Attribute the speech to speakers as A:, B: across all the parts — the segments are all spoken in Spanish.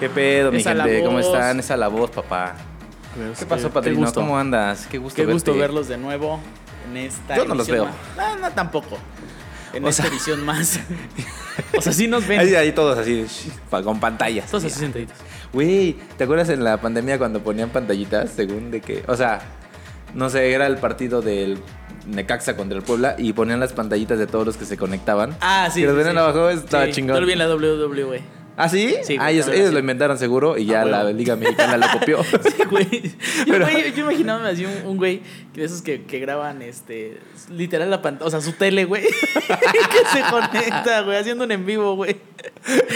A: ¿Qué pedo, mi
B: Esa la
A: gente? ¿Cómo
B: voz.
A: están? Esa la voz, papá. ¿Qué pasó, padrino?
B: gusto.
A: ¿Cómo andas? Qué gusto
B: Qué gusto
A: verte.
B: verlos de nuevo en esta
A: Yo no los
B: edición
A: veo.
B: más- No, no, tampoco. En
A: O
B: esta
A: sea-
B: edición más. o sea, sí nos ven.
A: Ahí, ahí todos así, shh, pa- con pantallas.
B: Todos
A: Mira.
B: así sentaditos.
A: Güey, ¿te acuerdas en la pandemia cuando ponían pantallitas según de que, o sea, no sé, era el partido del Necaxa contra el Puebla y ponían las pantallitas de todos los que se conectaban?
B: Ah, sí.
A: Que los
B: sí,
A: venían
B: sí.
A: abajo, estaba
B: Sí,
A: chingón.
B: Yo lo vi en la WWE.
A: ¿Ah, sí?
B: Sí,
A: ah,
B: güey,
A: ellos,
B: también
A: ellos
B: así.
A: lo inventaron seguro y ya
B: Ah,
A: la
B: huevo.
A: Liga Mexicana lo copió.
B: Sí, güey. Yo,
A: Pero-
B: güey, yo imaginaba así un, un güey de esos que, que graban, este, literal la pantalla, o sea, su tele, güey, que se conecta, güey, haciendo un en vivo, güey.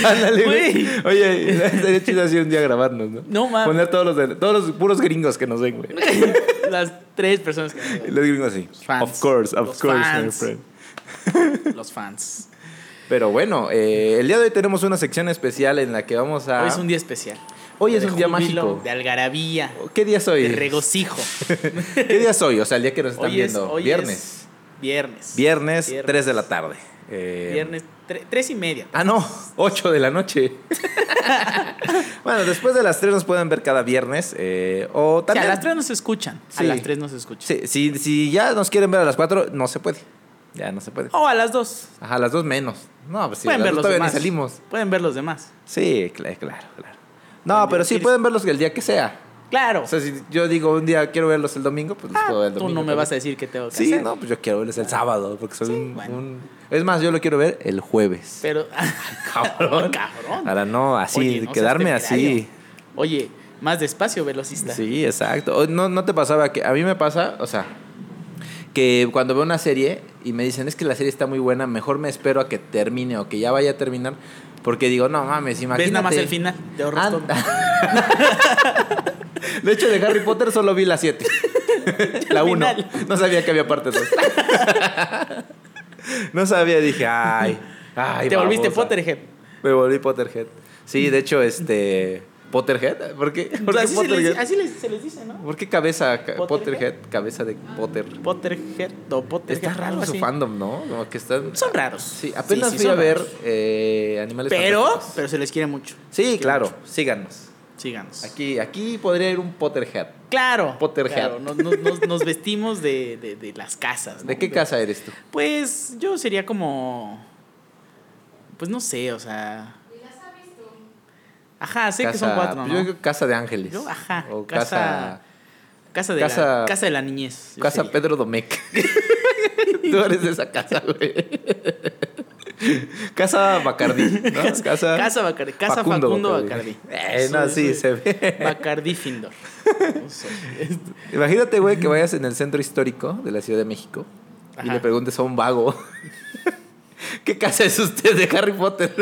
A: Ándale, güey.
B: Güey.
A: Oye, sería chido así un día grabarnos, ¿no?
B: No, mames.
A: Poner todos los, de- todos los puros gringos que nos ven, güey.
B: Las tres personas que
A: Y Los gringos así.
B: Fans.
A: Of course, of
B: Los
A: course, my
B: fans.
A: friend.
B: los fans.
A: Pero bueno, eh, el día de hoy tenemos una sección especial en la que vamos a.
B: Hoy es un día especial.
A: Ah. Hoy es
B: De
A: un día
B: júbilo,
A: mágico.
B: De algarabía,
A: ¿Qué día es hoy?
B: de regocijo.
A: ¿Qué día es hoy? O sea, el día que nos están
B: Hoy es,
A: viendo.
B: hoy
A: viernes.
B: es viernes.
A: viernes.
B: Viernes.
A: 3 de la tarde. Eh,
B: Viernes, tre- tres y media.
A: Ah, no, 8 de la noche. bueno, después de las 3 nos pueden ver cada viernes. eh, o
B: O sea,
A: también.
B: a las tres nos escuchan.
A: Sí.
B: A las tres nos escuchan.
A: Sí, si, si ya nos quieren ver a las 4, no se puede. Ya no se puede.
B: O a las dos.
A: Ajá, a las 2 menos. No, pues sí,
B: pueden
A: a las
B: ver
A: dos
B: los
A: todavía
B: demás.
A: ni salimos.
B: Pueden ver los demás.
A: Sí, cla- claro, claro. No,
B: Pueden
A: pero sí,
B: divertirse.
A: pueden verlos el día que sea.
B: Claro.
A: O sea, si yo digo un día quiero verlos el domingo, pues los
B: Ah,
A: puedo ver el
B: tú
A: domingo.
B: no me
A: también.
B: vas a decir que tengo que
A: Sí,
B: hacer.
A: no, pues yo quiero verlos el sábado, porque soy
B: Sí,
A: un,
B: bueno.
A: un- Es más, yo lo quiero ver el jueves.
B: Pero.
A: Cabrón.
B: Cabrón.
A: Para no así,
B: Oye, no seas
A: quedarme así.
B: temerario. Oye, más despacio, velocista.
A: Sí, exacto. O- No, no te pasaba que. A mí me pasa, o sea, que cuando veo una serie y me dicen es que la serie está muy buena, mejor me espero a que termine o que ya vaya a terminar. Porque digo, no mames, imagínate. Ah,
B: ¿Ves nada más el final? Te ahorras todo.
A: Anda. De hecho, de Harry Potter solo vi la 7. la 1.
B: final.
A: No sabía que había parte 2. no sabía, dije, ay. ay
B: Te volviste
A: babosa.
B: Potterhead.
A: Me volví Potterhead. Sí, de hecho, este. ¿Potterhead? ¿Por qué? ¿Por qué
B: Así, se les,
A: Potterhead?
B: así les- se les dice, ¿no?
A: ¿Por qué cabeza? ca-
B: ¿Potterhead?
A: Potterhead, cabeza de Potter.
B: Potterhead o Potterhead.
A: Está raro
B: algo
A: su
B: así.
A: fandom, ¿no? Como que están.
B: Son raros.
A: Sí, apenas
B: Sí, sí,
A: fui a
B: son
A: ver
B: raros.
A: eh, Animales
B: Pero,
A: Fantásticos.
B: pero se les quiere mucho. Se
A: Sí,
B: les quiere
A: claro,
B: mucho.
A: síganos.
B: Síganos.
A: Aquí, aquí podría ir un Potterhead.
B: Claro.
A: Potterhead.
B: claro, nos, nos- nos- nos vestimos de, de- de las casas. ¿no?
A: ¿De qué casa eres tú?
B: Pues yo sería como. Pues no sé, o sea. Ajá, sé que son
A: Casa- pues
B: cuatro,
A: Yo
B: ¿no?
A: creo que casa de ángeles.
B: Yo, ajá,
A: O casa.
B: casa- casa, de
A: casa-
B: la, casa de la niñez. yo
A: Casa
B: sería.
A: Pedro Domecq. tú eres de esa casa, güey. casa Bacardí. ¿no? Casa.
B: Casa Bacardi. Casa Facundo, Bacardi.
A: Eh, no,
B: Soy-
A: sí,
B: soy
A: se ve.
B: Bacardi Findor. No Este, soy.
A: Imagínate, güey, que vayas en el centro histórico de la Ciudad de México y
B: Ajá.
A: le preguntes a un vago. ¿Qué casa es usted de Harry Potter?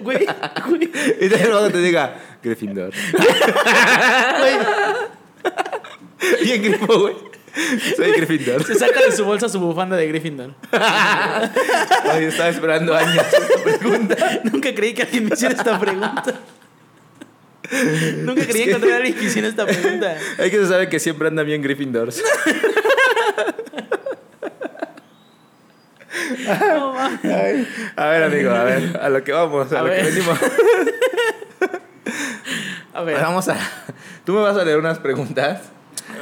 B: Güey, güey.
A: Y el vago te diga, Gryffindor. y en grifo, güey. Soy Gryffindor.
B: Se saca de su bolsa su bufanda de Gryffindor.
A: Ay, estaba esperando años esta pregunta.
B: Nunca creí que alguien me hiciera esta pregunta. Nunca creí
A: que-
B: encontrar a alguien que hiciera esta pregunta.
A: Hay que se sabe que siempre anda bien Gryffindor.
B: No, ma.
A: Ay, A ver, amigo, a ver, a lo que vamos, a,
B: A
A: lo que
B: ver.
A: venimos.
B: A ver.
A: Vamos a. Tú me vas a leer unas preguntas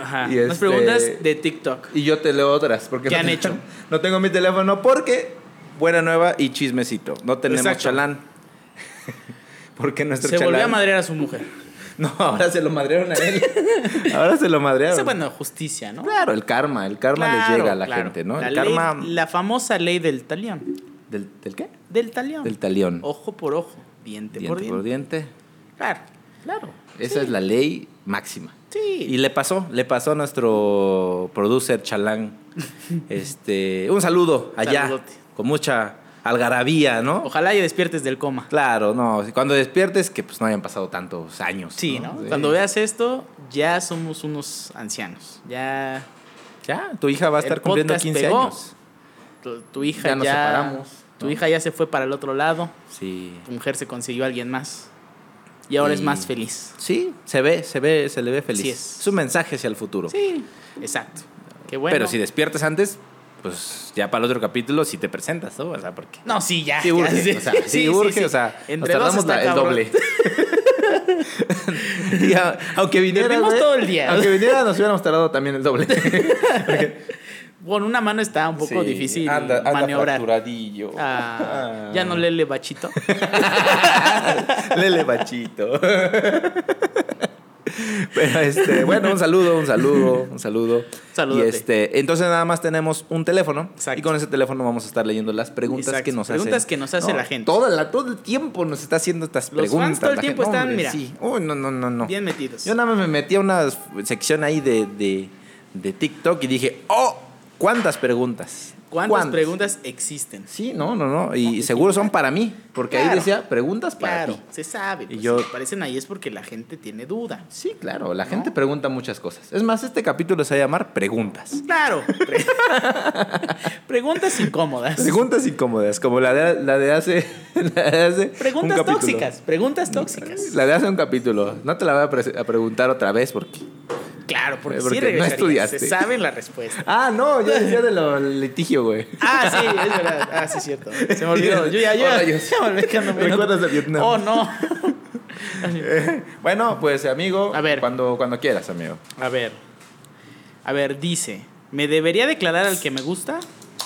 B: Ajá.
A: Y
B: Nos
A: este-
B: preguntas de TikTok.
A: y yo te leo otras. Porque
B: ¿Qué
A: no
B: han
A: tengo-
B: hecho?
A: No tengo mi teléfono porque buena nueva y chismecito. No tenemos
B: Exacto.
A: chalán. Porque nuestro
B: Se
A: chalán.
B: volvió a madrear a su mujer.
A: No, ahora se lo madrearon a él. ahora se lo madrearon.
B: Esa, bueno, justicia, ¿no?
A: Claro, el karma. El karma les
B: Claro,
A: llega a la
B: claro.
A: gente, ¿no?
B: La,
A: el
B: ley-
A: karma.
B: la famosa ley del talión.
A: ¿Del, del qué?
B: Del talión.
A: Del talión.
B: Ojo por ojo, diente,
A: diente
B: Oh, por diente.
A: diente.
B: Claro, claro.
A: Esa es la ley máxima.
B: Sí.
A: Y le pasó, le pasó a nuestro producer Chalán. Este, un saludo allá.
B: Saludote.
A: Con mucha algarabía, ¿no?
B: Ojalá ya despiertes del coma.
A: Claro, no. Cuando despiertes, que pues no hayan pasado tantos años.
B: Sí, ¿no? Cuando veas esto, ya somos unos ancianos. Ya
A: Ya, tu hija va a estar
B: El
A: cumpliendo
B: podcast
A: 15
B: pegó.
A: años.
B: tu, tu hija
A: Ya
B: ya...
A: nos separamos,
B: Tu
A: ¿no?
B: hija ya se fue para el otro lado.
A: Sí.
B: Tu mujer se consiguió a alguien más. Y ahora es
A: Y-
B: más feliz.
A: Sí, se ve, se ve, se le ve feliz.
B: Así es.
A: es. un mensaje hacia el futuro.
B: Sí. Exacto. Qué bueno.
A: Pero si despiertas antes, pues ya para el otro capítulo si te presentas, ¿no? O sea, porque...
B: No, sí, ya.
A: Sí
B: ya,
A: urge,
B: Ah, sí.
A: o sea, sí, urge, o sea,
B: Entre
A: nos tardamos
B: dos está
A: la- el
B: cabrón.
A: doble. Y a- aunque viniera,
B: Dormimos
A: güey,
B: todo el día.
A: Aunque viniera nos hubiéramos tardado también el doble.
B: Con una mano está un poco
A: Sí,
B: difícil
A: anda, anda
B: maniobrar.
A: fracturadillo.
B: Ah,
A: Ah.
B: Ya no lele bachito.
A: Lele Bachito. Pero este, bueno, un saludo, un saludo, un saludo.
B: Saludote.
A: Y este, entonces nada más tenemos un teléfono
B: Exacto.
A: y con ese teléfono vamos a estar leyendo las preguntas
B: Exacto.
A: que nos
B: Preguntas
A: hacen.
B: que nos hace la gente.
A: Toda la, todo el tiempo nos está haciendo estas
B: Los
A: preguntas.
B: fans todo el
A: la
B: tiempo
A: gente.
B: están,
A: Hombre,
B: mira.
A: Sí. Uy, no, no, no, no.
B: Bien metidos.
A: Yo nada más me metí a una sección ahí de, de, de TikTok y dije, "Oh, cuántas preguntas."
B: ¿Cuántas preguntas existen?
A: Sí, no, no, no. Y seguro son para mí, porque ahí
B: Claro.
A: decía preguntas para
B: Claro,
A: ti.
B: se sabe. Pues,
A: yo-
B: Si aparecen ahí es porque la gente tiene duda.
A: Sí, claro, la gente pregunta muchas cosas. Es más, este capítulo se va a llamar Preguntas.
B: Claro. Pre- Preguntas incómodas.
A: Preguntas incómodas, como la de, la de hace. La de hace
B: Preguntas
A: un capítulo.
B: tóxicas. Preguntas tóxicas.
A: La de hace un capítulo. No te la voy a, pre- a preguntar otra vez porque.
B: Claro, porque,
A: Eh, Porque
B: sí
A: no
B: regresarías,
A: estudiaste.
B: Se saben la respuesta.
A: Ah, no, yo decía de lo litigio, güey.
B: Ah, sí, es verdad. Ah, sí, cierto. Se me olvidó. Yo ya, yo
A: Oh,
B: ya.
A: rayos.
B: ya me olvidé que no me-
A: Recuerdos de Vietnam.
B: Oh, no.
A: Bueno, pues amigo,
B: A ver.
A: Cuando, cuando quieras, amigo.
B: A ver. A ver, dice. ¿Me debería declarar al que me gusta?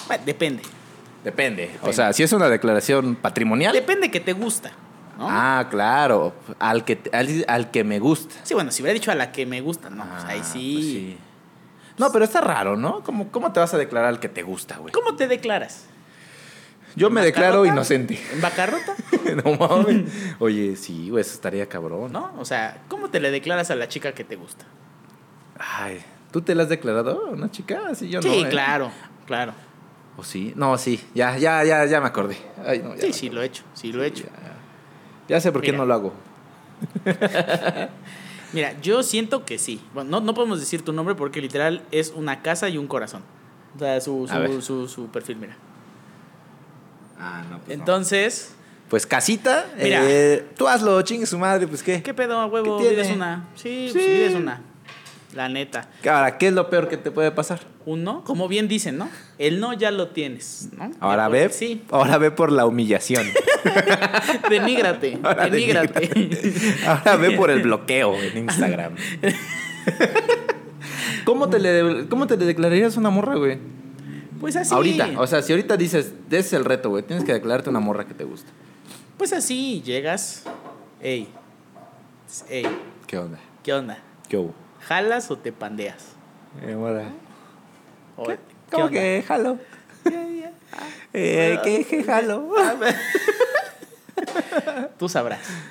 B: Bueno, depende.
A: Depende. O sea, si es una declaración patrimonial.
B: Depende que te gusta. ¿no?
A: Ah, claro. Al que, al, al que me gusta.
B: Sí, bueno, si hubiera dicho a la que me gusta, no, pues
A: Ah,
B: ahí
A: pues
B: sí.
A: No, pero está raro, ¿no? ¿Cómo, ¿Cómo te vas a declarar al que te gusta, güey?
B: ¿Cómo te declaras?
A: Yo me declaro
B: ¿Bancarrota?
A: inocente.
B: ¿En bancarrota?
A: no mames. Oye, sí, güey, eso estaría cabrón.
B: ¿No? O sea, ¿cómo te le declaras a la chica que te gusta?
A: Ay, ¿tú te la has declarado a una chica? Sí, yo no.
B: sí,
A: ¿eh?
B: claro, claro.
A: ¿O sí? No, sí. Ya, ya, ya, ya me acordé. Ay, no, ya.
B: Sí, sí, lo he hecho, sí, lo he hecho.
A: Ya sé por qué
B: Mira.
A: no lo hago.
B: Mira, yo siento que sí. Bueno, no, no podemos decir tu nombre porque literal es una casa y un corazón. O sea, su,
A: A ver.
B: su, su, su perfil, mira.
A: Ah, no, pues
B: Entonces,
A: Pues casita,
B: Mira.
A: eh, tú hazlo, chingue su madre, pues qué.
B: ¿qué pedo, huevo?
A: ¿Qué tiene?
B: ¿Vives una? Sí,
A: Sí.
B: pues, vives una. La neta.
A: Ahora, ¿qué es lo peor que te puede pasar?
B: Un no, como bien dicen, ¿no? El no ya lo tienes, ¿no?
A: Ahora
B: Porque
A: ve,
B: Sí,
A: ahora ve por la humillación.
B: denígrate,
A: Ahora
B: denígrate.
A: Ahora ve por el bloqueo en Instagram. ¿Cómo te le, cómo te le declararías una morra, güey?
B: Pues así.
A: Ahorita, o sea, si ahorita dices, ese es el reto, güey, tienes que declararte una morra que te gusta.
B: Pues así llegas. Ey. Ey,
A: ¿Qué onda?
B: ¿qué onda?
A: ¿Qué hubo?
B: ¿Jalas o te pandeas?
A: Eh, morra.
B: O- ¿Qué?
A: ¿Cómo
B: onda?
A: que jalo? Eh, ¿qué,
B: pues,
A: qué jalo?
B: Tú sabrás.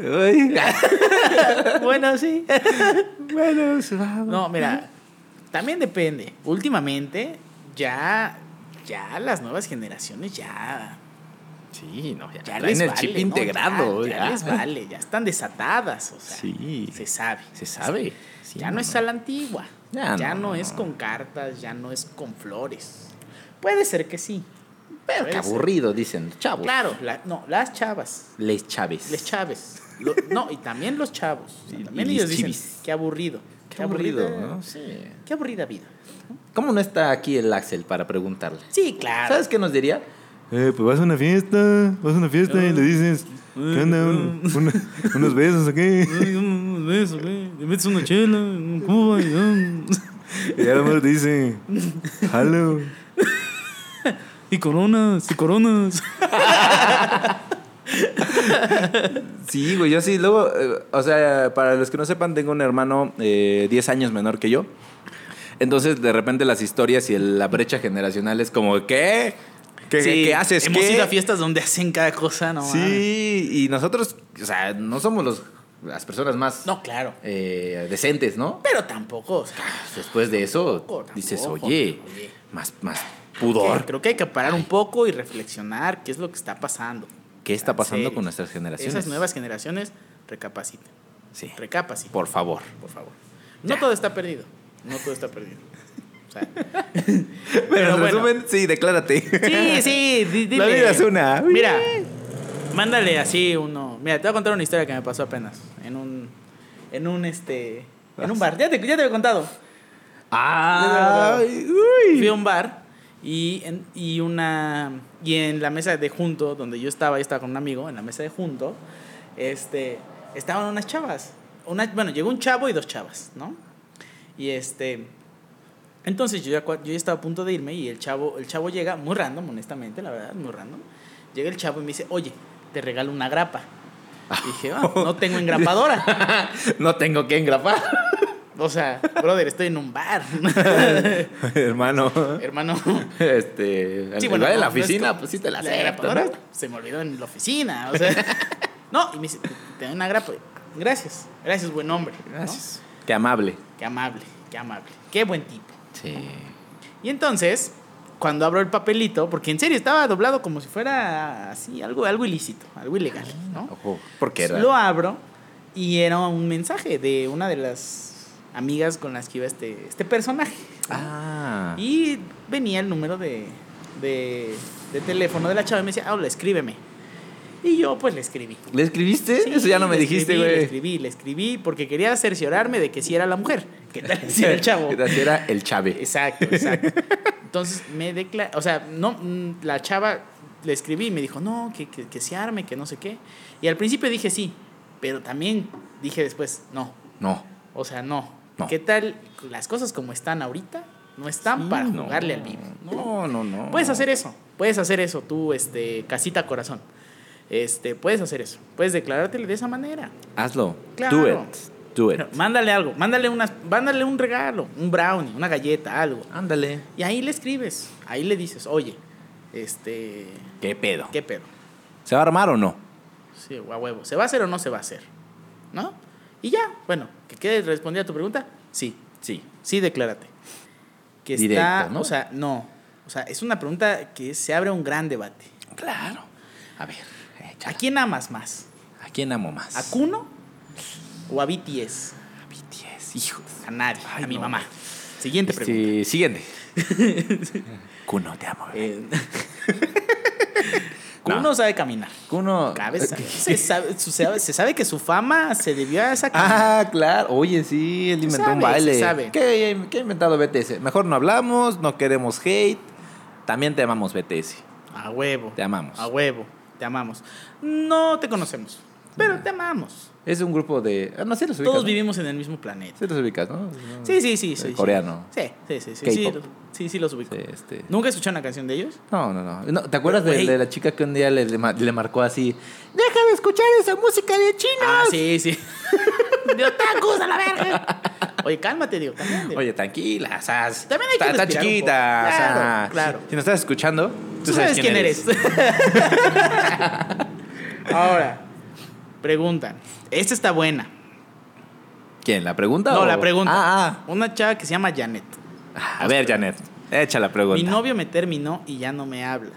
A: Uy,
B: bueno, sí.
A: bueno, se va.
B: No, mira. También depende. Últimamente, ya. Ya las nuevas generaciones ya.
A: Sí, no, ya,
B: Ya
A: traen
B: les
A: el
B: vale,
A: chip
B: ¿no?
A: integrado.
B: Ya, ya les vale. Ya están desatadas. O sea,
A: Sí.
B: se sabe. Este,
A: Se sabe. Sí,
B: ya no, es a la antigua.
A: Ya
B: Ya,
A: no,
B: no,
A: no,
B: es
A: no.
B: con cartas, ya no es con flores. Puede ser que sí.
A: Pero
B: puede
A: qué
B: ser.
A: aburrido, dicen los chavos.
B: pues, Claro, la- no, las chavas,
A: Les chaves.
B: les chaves. Lo- no, y también los chavos. O sea,
A: Y-
B: también
A: y
B: ellos
A: les
B: dicen,
A: chivis.
B: qué aburrido.
A: Qué aburrido,
B: aburrida-
A: ¿no? Sí.
B: Qué aburrida vida.
A: ¿Cómo no está aquí el Axel para preguntarle?
B: Sí, claro.
A: ¿Sabes qué nos diría?
C: Eh, pues vas a una fiesta, vas a una fiesta y le dices, ¿qué onda? Un- una- unos besos aquí.
B: Eso, Le metes una chela, un cuba um,
C: Y ya la mujer te dice, halo.
B: y coronas, y coronas.
A: Sí, güey, yo sí. Luego, eh, o sea, para los que no sepan, tengo un hermano eh, 10 años menor que yo. Entonces, de repente, las historias y el- la brecha generacional es como, ¿qué? ¿Qué, qué haces?
B: Hemos
A: ¿Qué?
B: ido a fiestas donde hacen cada cosa, ¿no? mames.
A: Sí, y nosotros, o sea, no somos los, las personas más
B: No, claro.
A: eh, decentes, ¿no?
B: Pero tampoco, o sea,
A: Después de eso,
B: Tampoco, tampoco,
A: dices, oye,
B: oye.
A: Más, más
B: creo
A: pudor.
B: que- creo que hay que parar un poco y reflexionar qué es lo que está pasando.
A: ¿Qué está
B: En
A: pasando
B: serio.
A: con nuestras generaciones?
B: Esas nuevas generaciones recapaciten.
A: Sí.
B: Recapaciten, por,
A: Por favor.
B: favor. No todo está perdido. No todo está perdido. O sea,
A: Pero, en
B: bueno.
A: resumen, sí, declárate.
B: sí, sí, di- dile.
A: La vida es una.
B: Mira, mándale así uno. Mira, te voy a contar una historia que me pasó apenas en un en un este en un bar. Ya te, ya te había contado.
A: Ay, uh.
B: Fui a
A: uy.
B: un bar y en, y una y en la mesa de junto, donde yo estaba, yo estaba con un amigo, en la mesa de junto, este, estaban unas chavas. Una, bueno, llegó un chavo y dos chavas, ¿no? Y este entonces yo ya, cua- yo ya estaba a punto de irme y el chavo, el chavo llega muy random, honestamente, la verdad, muy random. Llega el chavo y me dice, "Oye, te regalo una grapa." Y dije, "Ah, no tengo engrapadora."
A: No tengo que engrapar.
B: O sea, brother, estoy en un bar.
A: Hermano.
B: Hermano.
A: Este. Sí,
B: bueno,
A: de
B: no,
A: la
B: no es
A: oficina,
B: como-
A: pues sí te la
B: la
A: acepto,
B: grapadora
A: ¿no?
B: Se me olvidó en la oficina. O sea. no, y me dice, "Te- te doy una grapa. Gracias, gracias, buen hombre. ¿no?
A: Gracias. Qué amable.
B: Qué amable, qué amable. Qué buen tipo.
A: Sí.
B: Y entonces, cuando abro el papelito, porque en serio estaba doblado como si fuera así, algo, algo ilícito, algo ilegal, ¿no?
A: Ojo. Porque era.
B: Lo abro y era un mensaje de una de las amigas con las que iba este, este personaje.
A: Ah.
B: Y venía el número de, de, de teléfono de la chava y me decía, hola, escríbeme. Y yo pues le escribí.
A: ¿Le escribiste?
B: Sí,
A: ¿Eh? Eso ya no me
B: le
A: dijiste,
B: escribí, Le
A: güey.
B: escribí, le escribí porque quería cerciorarme de que sí era la mujer. Que tal si era el chavo.
A: Así era el chave.
B: Exacto, exacto. Entonces me declaré, o sea, no, mm, la chava le escribí y me dijo, no, que, que, que se arme, que no sé qué. Y al principio dije sí, pero también dije después, no,
A: No.
B: o sea, no.
A: No.
B: ¿Qué tal las cosas como están ahorita? No están para
A: Mm, No.
B: jugarle al vivo.
A: No, no, no.
B: Puedes hacer eso, puedes hacer eso, tú, este, casita corazón. Este, puedes hacer eso, puedes declarártele de esa manera.
A: Hazlo.
B: Claro.
A: Do it. Do it.
B: Pero mándale algo, mándale, unas, mándale un regalo, un brownie, una galleta, algo.
A: Ándale.
B: Y ahí le escribes, ahí le dices, oye, este,
A: ¿Qué pedo?
B: ¿qué pedo?
A: ¿Se va a armar o no?
B: Sí, a huevo, ¿se va a hacer o no se va a hacer? ¿No? Y ya, bueno, que quede respondida a tu pregunta, sí,
A: Sí.
B: sí, declárate. Que
A: Directo,
B: está,
A: ¿no?
B: o sea, no, o sea, es una pregunta que se abre un gran debate.
A: Claro. A ver. échala.
B: ¿A quién amas más?
A: ¿A quién amo más?
B: ¿A Kuno o a BTS?
A: A BTS, hijos.
B: A nadie,
A: Ay,
B: a mi
A: no.
B: mamá. Siguiente
A: Este,
B: pregunta.
A: siguiente. Este, Cuno, te amo. bebé.
B: Eh, Kuno
A: No.
B: sabe caminar.
A: Kuno.
B: Cabeza. Se, sabe, su- se sabe- se sabe que su fama se debió a esa caminata.
A: Ah, claro. Oye, sí, él
B: Se
A: inventó un
B: sabe,
A: baile.
B: se sabe.
A: ¿Qué, qué ha inventado BTS? Mejor no hablamos, no queremos hate. También te amamos, BTS.
B: A huevo.
A: Te amamos.
B: A huevo. Te amamos. No te conocemos, pero te amamos.
A: Es un grupo de. ah, No sé, los ubicas.
B: Todos
A: ¿no?
B: vivimos en el mismo planeta.
A: Sí, los ubicas, ¿no?
B: Sí, sí, sí.
A: Eh,
B: sí, sí.
A: coreano.
B: Sí, sí, sí. Sí, sí,
A: K-pop.
B: los- sí, sí los ubico.
A: Sí, este.
B: ¿Nunca escuché una canción de ellos?
A: No, no, no. No, ¿Te acuerdas de,
B: Güey.
A: de la chica que un día le, le ma- le marcó así? ¡Deja de escuchar esa música de chinos!
B: Ah, sí, sí. de otakus a la verga. Oye, cálmate, digo. cálmate.
A: Oye, tranquila, o sea, está,
B: También hay que
A: está
B: respirar un
A: chiquita.
B: poco.
A: o sea,
B: Claro, claro.
A: Si nos estás escuchando,
B: tú, sabes quién, eres. Ahora, preguntan. Esta está buena.
A: ¿Quién? ¿La pregunta?
B: No,
A: o-
B: la pregunta.
A: Ah,
B: Una chava que se llama Janet.
A: ah. A ver, Janet, echa la pregunta.
B: Mi novio me terminó y ya no me habla.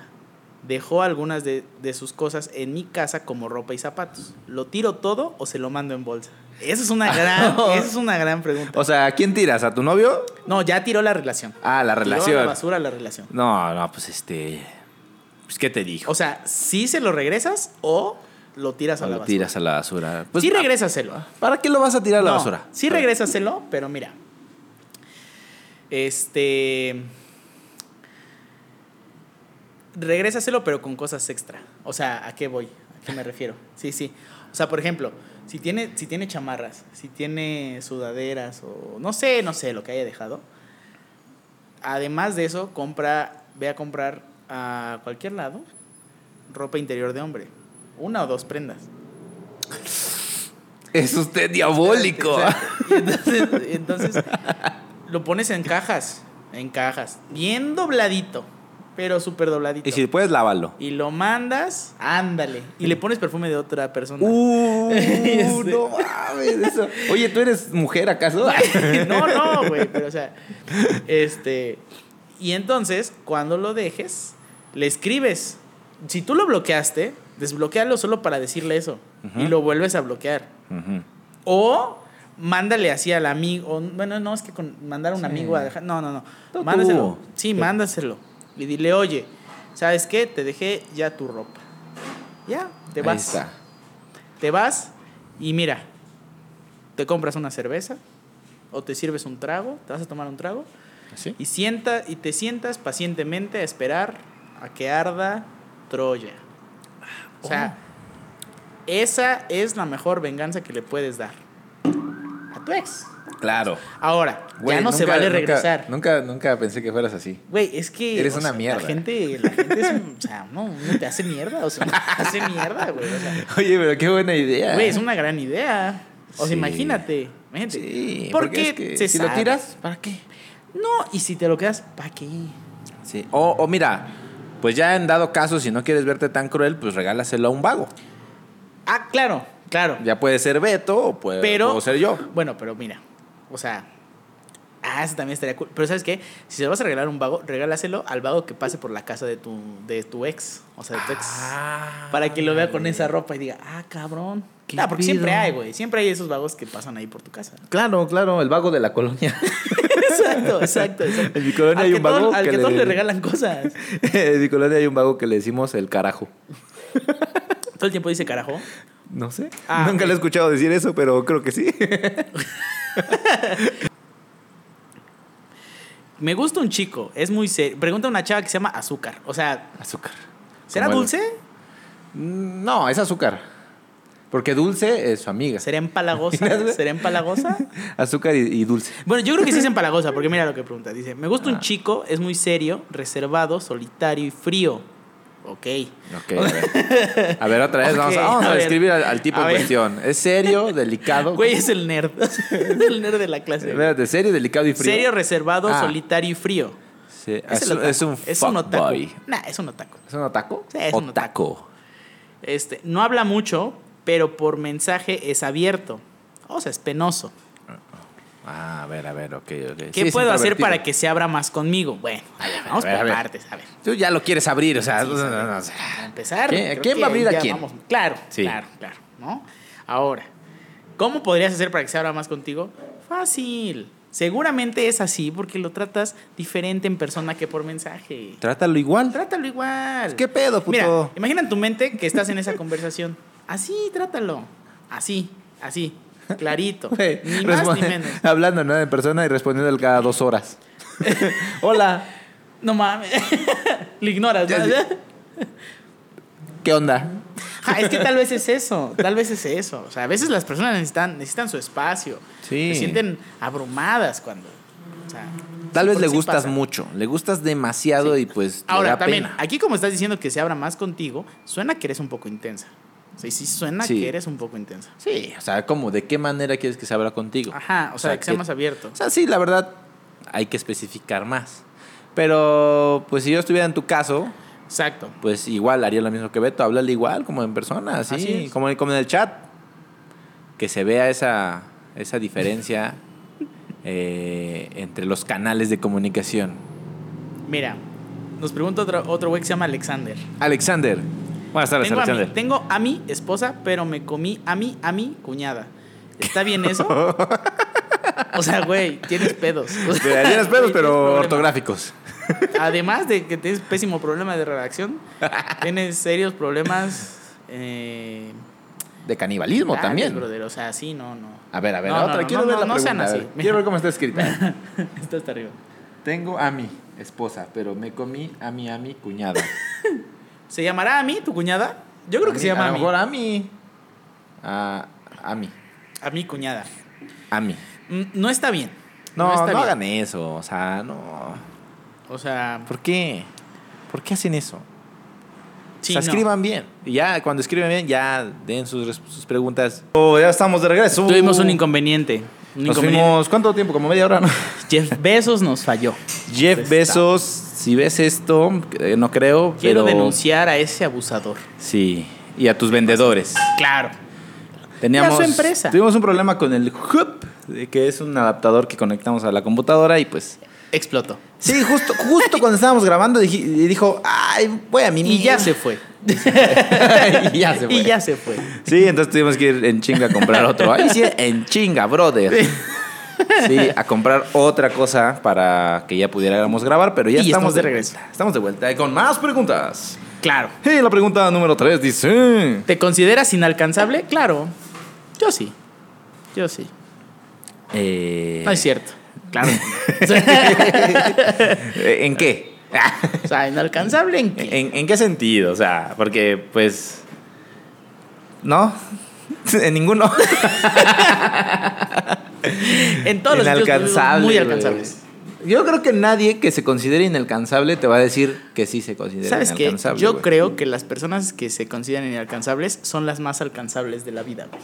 B: Dejó algunas de, de sus cosas en mi casa como ropa y zapatos. ¿Lo tiro todo o se lo mando en bolsa? Esa es una gran, esa es una gran pregunta.
A: O sea, ¿a quién tiras? ¿A tu novio?
B: no, ya tiró la relación.
A: Ah, la
B: Tiró a la
A: relación.
B: basura la relación.
A: No, no, pues este. Pues, ¿qué te dijo?
B: O sea, si se lo regresas o lo tiras
A: O
B: a la
A: lo
B: basura.
A: tiras a la basura. Pues,
B: sí,
A: ah,
B: regrésaselo.
A: ¿Para qué lo vas a tirar a la
B: No,
A: basura?
B: Sí, regrésaselo, pero mira. Este. Regrésaselo, pero con cosas extra. O sea, ¿a qué voy? ¿A qué me refiero? Sí, sí. O sea, por ejemplo, si tiene, si tiene chamarras, si tiene sudaderas o no sé, no sé lo que haya dejado. Además de eso, compra, ve a comprar a cualquier lado ropa interior de hombre. Una o dos prendas.
A: Es usted diabólico.
B: Y entonces, y entonces lo pones en cajas, en cajas, bien dobladito, pero súper dobladito.
A: Y si puedes, lávalo.
B: Y lo mandas, ándale. Y le pones perfume de otra persona.
A: Uh,
B: Este.
A: no mames. eso. Oye, ¿tú eres mujer acaso?
B: no, no, güey, pero o sea, este... Y entonces, cuando lo dejes, le escribes. Si tú lo bloqueaste, desbloquealo solo para decirle eso. Y lo vuelves a bloquear.
A: Ujú.
B: O mándale así al amigo. o- Bueno, no, es que con mandar a un
A: Sí.
B: amigo a dejar. No, no, no.
A: Tú,
B: mándaselo.
A: tú.
B: Sí, mándaselo. Y dile, oye, ¿sabes qué? Te dejé ya tu ropa. Ya, te
A: Ahí
B: vas.
A: está.
B: Te vas y mira, te compras una cerveza, o te sirves un trago, te vas a tomar un trago
A: ¿Sí?
B: y, sienta, y te sientas pacientemente a esperar a que arda Troya. O sea,
A: Oh.
B: esa es la mejor venganza que le puedes dar a tu ex.
A: Claro.
B: Ahora,
A: Güey,
B: ya no se
A: nunca-
B: vale
A: nunca-
B: regresar.
A: Nunca, nunca, pensé que fueras así.
B: Güey, es que.
A: Eres
B: o
A: una
B: sea,
A: mierda.
B: La gente, la gente es. un- O sea, no, uno te hace mierda. O sea, uno te hace mierda, güey. O sea,
A: Oye, pero qué buena idea.
B: güey,
A: ¿eh?
B: es una gran idea. O sea,
A: Sí.
B: imagínate. Imagínate.
A: Sí,
B: porque
A: es que
B: se
A: si lo
B: sabe.
A: tiras, ¿para qué?
B: No, y si te lo quedas, ¿para qué?
A: Sí. O, o mira, pues ya en dado caso, si no quieres verte tan cruel, pues regálaselo a un vago.
B: Ah, claro, claro.
A: Ya puede ser Beto o puede
B: Pero-
A: o ser yo.
B: Bueno, pero mira. O sea. Ah, eso también estaría cool. Pero ¿sabes qué? Si se lo vas a regalar a un vago, regálaselo al vago que pase por la casa de tu, de tu ex. O sea, de tu ex.
A: Ah,
B: Para que lo vea con esa ropa y diga, ah, cabrón.
A: ¿Qué
B: No, porque
A: pedo?
B: siempre hay, güey. Siempre hay esos vagos que pasan ahí por tu casa.
A: Claro, claro, el vago de la colonia.
B: exacto, exacto, exacto.
A: En mi colonia
B: Al
A: hay
B: que
A: un vago
B: todo- al
A: que
B: que
A: le-
B: todos le regalan cosas.
A: en mi colonia hay un vago que le decimos el carajo.
B: Todo el tiempo dice carajo.
A: No sé.
B: Ah,
A: Nunca lo he escuchado decir eso, pero creo que sí.
B: Me gusta un chico, es muy serio. Pregunta a una chava que se llama Azúcar. O sea,
A: Azúcar.
B: ¿será
A: Como el-
B: dulce?
A: Mm, No, es azúcar. Porque dulce es su amiga.
B: ¿Será empalagosa? ¿Será empalagosa?
A: Azúcar y, y dulce.
B: Bueno, yo creo que sí es empalagosa, porque mira lo que pregunta. Dice, me
A: Ah.
B: gusta un chico, es muy serio, reservado, solitario y frío. Ok.
A: Ok, a ver. A ver, otra vez
B: Ok,
A: vamos, a, vamos a
B: a ver.
A: describir al, al tipo
B: A
A: en
B: ver.
A: cuestión. Es serio, delicado.
B: Güey, es el nerd. es el nerd de la clase.
A: Espérate, serio, delicado y frío.
B: Serio, reservado,
A: Ah.
B: solitario y frío.
A: Sí,
B: Es,
A: Es,
B: el
A: un-
B: otaku.
A: es un
B: Es un otaku.
A: fuckboy.
B: Nah, es un otaku.
A: ¿Es un otaco?
B: Sí, es un otaku.
A: Otaco.
B: Este, no habla mucho, pero por mensaje es abierto. O sea, es penoso.
A: Ah, a ver, a ver, ok, ok. Sí,
B: ¿Qué
A: es
B: puedo hacer
A: introvertido.
B: para que se abra más conmigo? Bueno, a ver, vamos
A: a ver,
B: por
A: a ver.
B: partes, a ver.
A: Tú ya lo quieres abrir, o sea. no, no, no, o sea,
B: Para empezar,
A: ¿Quién-
B: creo
A: quién
B: que
A: va a abrir a
B: ya
A: quién?
B: Claro,
A: Sí.
B: claro, claro, ¿no? Ahora, ¿cómo podrías hacer para que se abra más contigo? Fácil. Seguramente es así porque lo tratas diferente en persona que por mensaje.
A: Trátalo igual.
B: Trátalo igual.
A: ¿Qué pedo, puto?
B: Mira, imagina en tu mente que estás en esa conversación. Así, trátalo. Así, así. Clarito.
A: Güey,
B: ni más ni
A: responde-
B: menos.
A: Hablando, ¿no? En persona y respondiendo cada dos horas. Hola,
B: No mames. Lo ignoras,
A: Ya
B: ¿no?
A: sé. ¿qué onda?
B: Ja, es que tal vez es eso. Tal vez es eso. O sea, a veces las personas necesitan, necesitan su espacio.
A: Sí.
B: Se sienten abrumadas cuando. o sea,
A: Tal
B: sí,
A: vez
B: por-
A: le
B: sí
A: gustas
B: pasa.
A: mucho, le gustas demasiado y pues le
B: Ahora,
A: da
B: también,
A: pena.
B: aquí como estás diciendo que se abra más contigo, suena que eres un poco intensa. O sea, y sí suena
A: Sí.
B: que eres un poco intensa.
A: Sí, o sea, como de qué manera quieres que se abra contigo.
B: Ajá, o, sea, que sea más abierto.
A: O sea, sí, la verdad, hay que especificar más. Pero, pues si yo estuviera en tu caso,
B: Exacto.
A: pues igual haría lo mismo que Beto, hablarle igual, como en persona, así,
B: Así es.
A: como, como en el chat. Que se vea esa, esa diferencia eh, entre los canales de comunicación.
B: Mira, nos pregunta otro, otro güey que se llama Alexander.
A: Alexander. Buenas tardes,
B: Tengo a, mi,
A: Alexander.
B: tengo a mi esposa, pero me comí a mi, a mi cuñada. ¿Está bien eso? o sea, güey, tienes pedos. O sea,
A: Te- tienes pedos,
B: güey, tienes
A: pero
B: problemas.
A: ortográficos.
B: Además de que tienes pésimo problema de redacción, tienes serios problemas. Eh,
A: De canibalismo
B: dale,
A: también.
B: brother, o sea, sí, no, no.
A: A ver, a ver,
B: No,
A: la
B: no,
A: otra.
B: no,
A: Quiero
B: no,
A: ver la
B: no sean
A: pregunta. a ver.
B: así.
A: Quiero ver cómo está escrita.
B: Esto está arriba.
A: Tengo a mi esposa, pero me comí a mi, a mi cuñada.
B: ¿Se llamará a mí, tu cuñada? Yo creo
A: A
B: que
A: mí-
B: se
A: A
B: llama a
A: lo
B: mí.
A: mejor a mi. A, a mí.
B: A mi cuñada.
A: A mí.
B: Mm, No está bien.
A: No, no,
B: está bien.
A: hagan eso. O sea, no.
B: O sea,
A: ¿Por qué? ¿Por qué hacen eso?
B: sí,
A: o sea,
B: no.
A: escriban bien. Y ya, cuando escriben bien, ya den sus, res- sus preguntas.
C: Oh, ya estamos de regreso.
B: Tuvimos un inconveniente. Un
A: Nos
B: inconveniente.
A: fuimos, ¿cuánto tiempo? Como media hora, ¿no?
B: Jeff Bezos nos falló.
A: Jeff Bezos, si ves esto, eh, no creo,
B: Quiero
A: pero...
B: denunciar a ese abusador.
A: Sí, y a tus vendedores.
B: Claro.
A: Teníamos,
B: Y a su empresa.
A: Tuvimos un problema con el hub, de que es un adaptador que conectamos a la computadora y pues...
B: Explotó.
A: Sí, justo, justo cuando estábamos grabando dij- y dijo, ay, voy a mí
B: Y ya se fue.
A: y ya se fue.
B: Y ya se fue.
A: Sí, entonces tuvimos que ir en chinga a comprar otro. Ahí sí, en chinga, brother. Sí, a comprar otra cosa para que ya pudiéramos grabar, pero ya
B: Y
A: estamos
B: estamos de regreso.
A: vuelta. Estamos de vuelta y con más preguntas.
B: Claro.
C: Hey, la pregunta número 3 dice:
B: ¿Te consideras inalcanzable? Claro. Yo sí. Yo sí.
A: Eh,
B: No es cierto. Claro.
A: eh, ¿En qué?
B: o sea, inalcanzable en qué?
A: ¿En, en qué sentido? O sea, porque pues... No, en ninguno.
B: En todos los sentidos,
A: Inalcanzable,
B: Muy
A: güey.
B: alcanzables.
A: Yo creo que nadie que se considere inalcanzable te va a decir que sí se considera
B: ¿Sabes qué?
A: inalcanzable.
B: Yo
A: güey.
B: creo que las personas que se consideran inalcanzables son las más alcanzables de la vida, güey.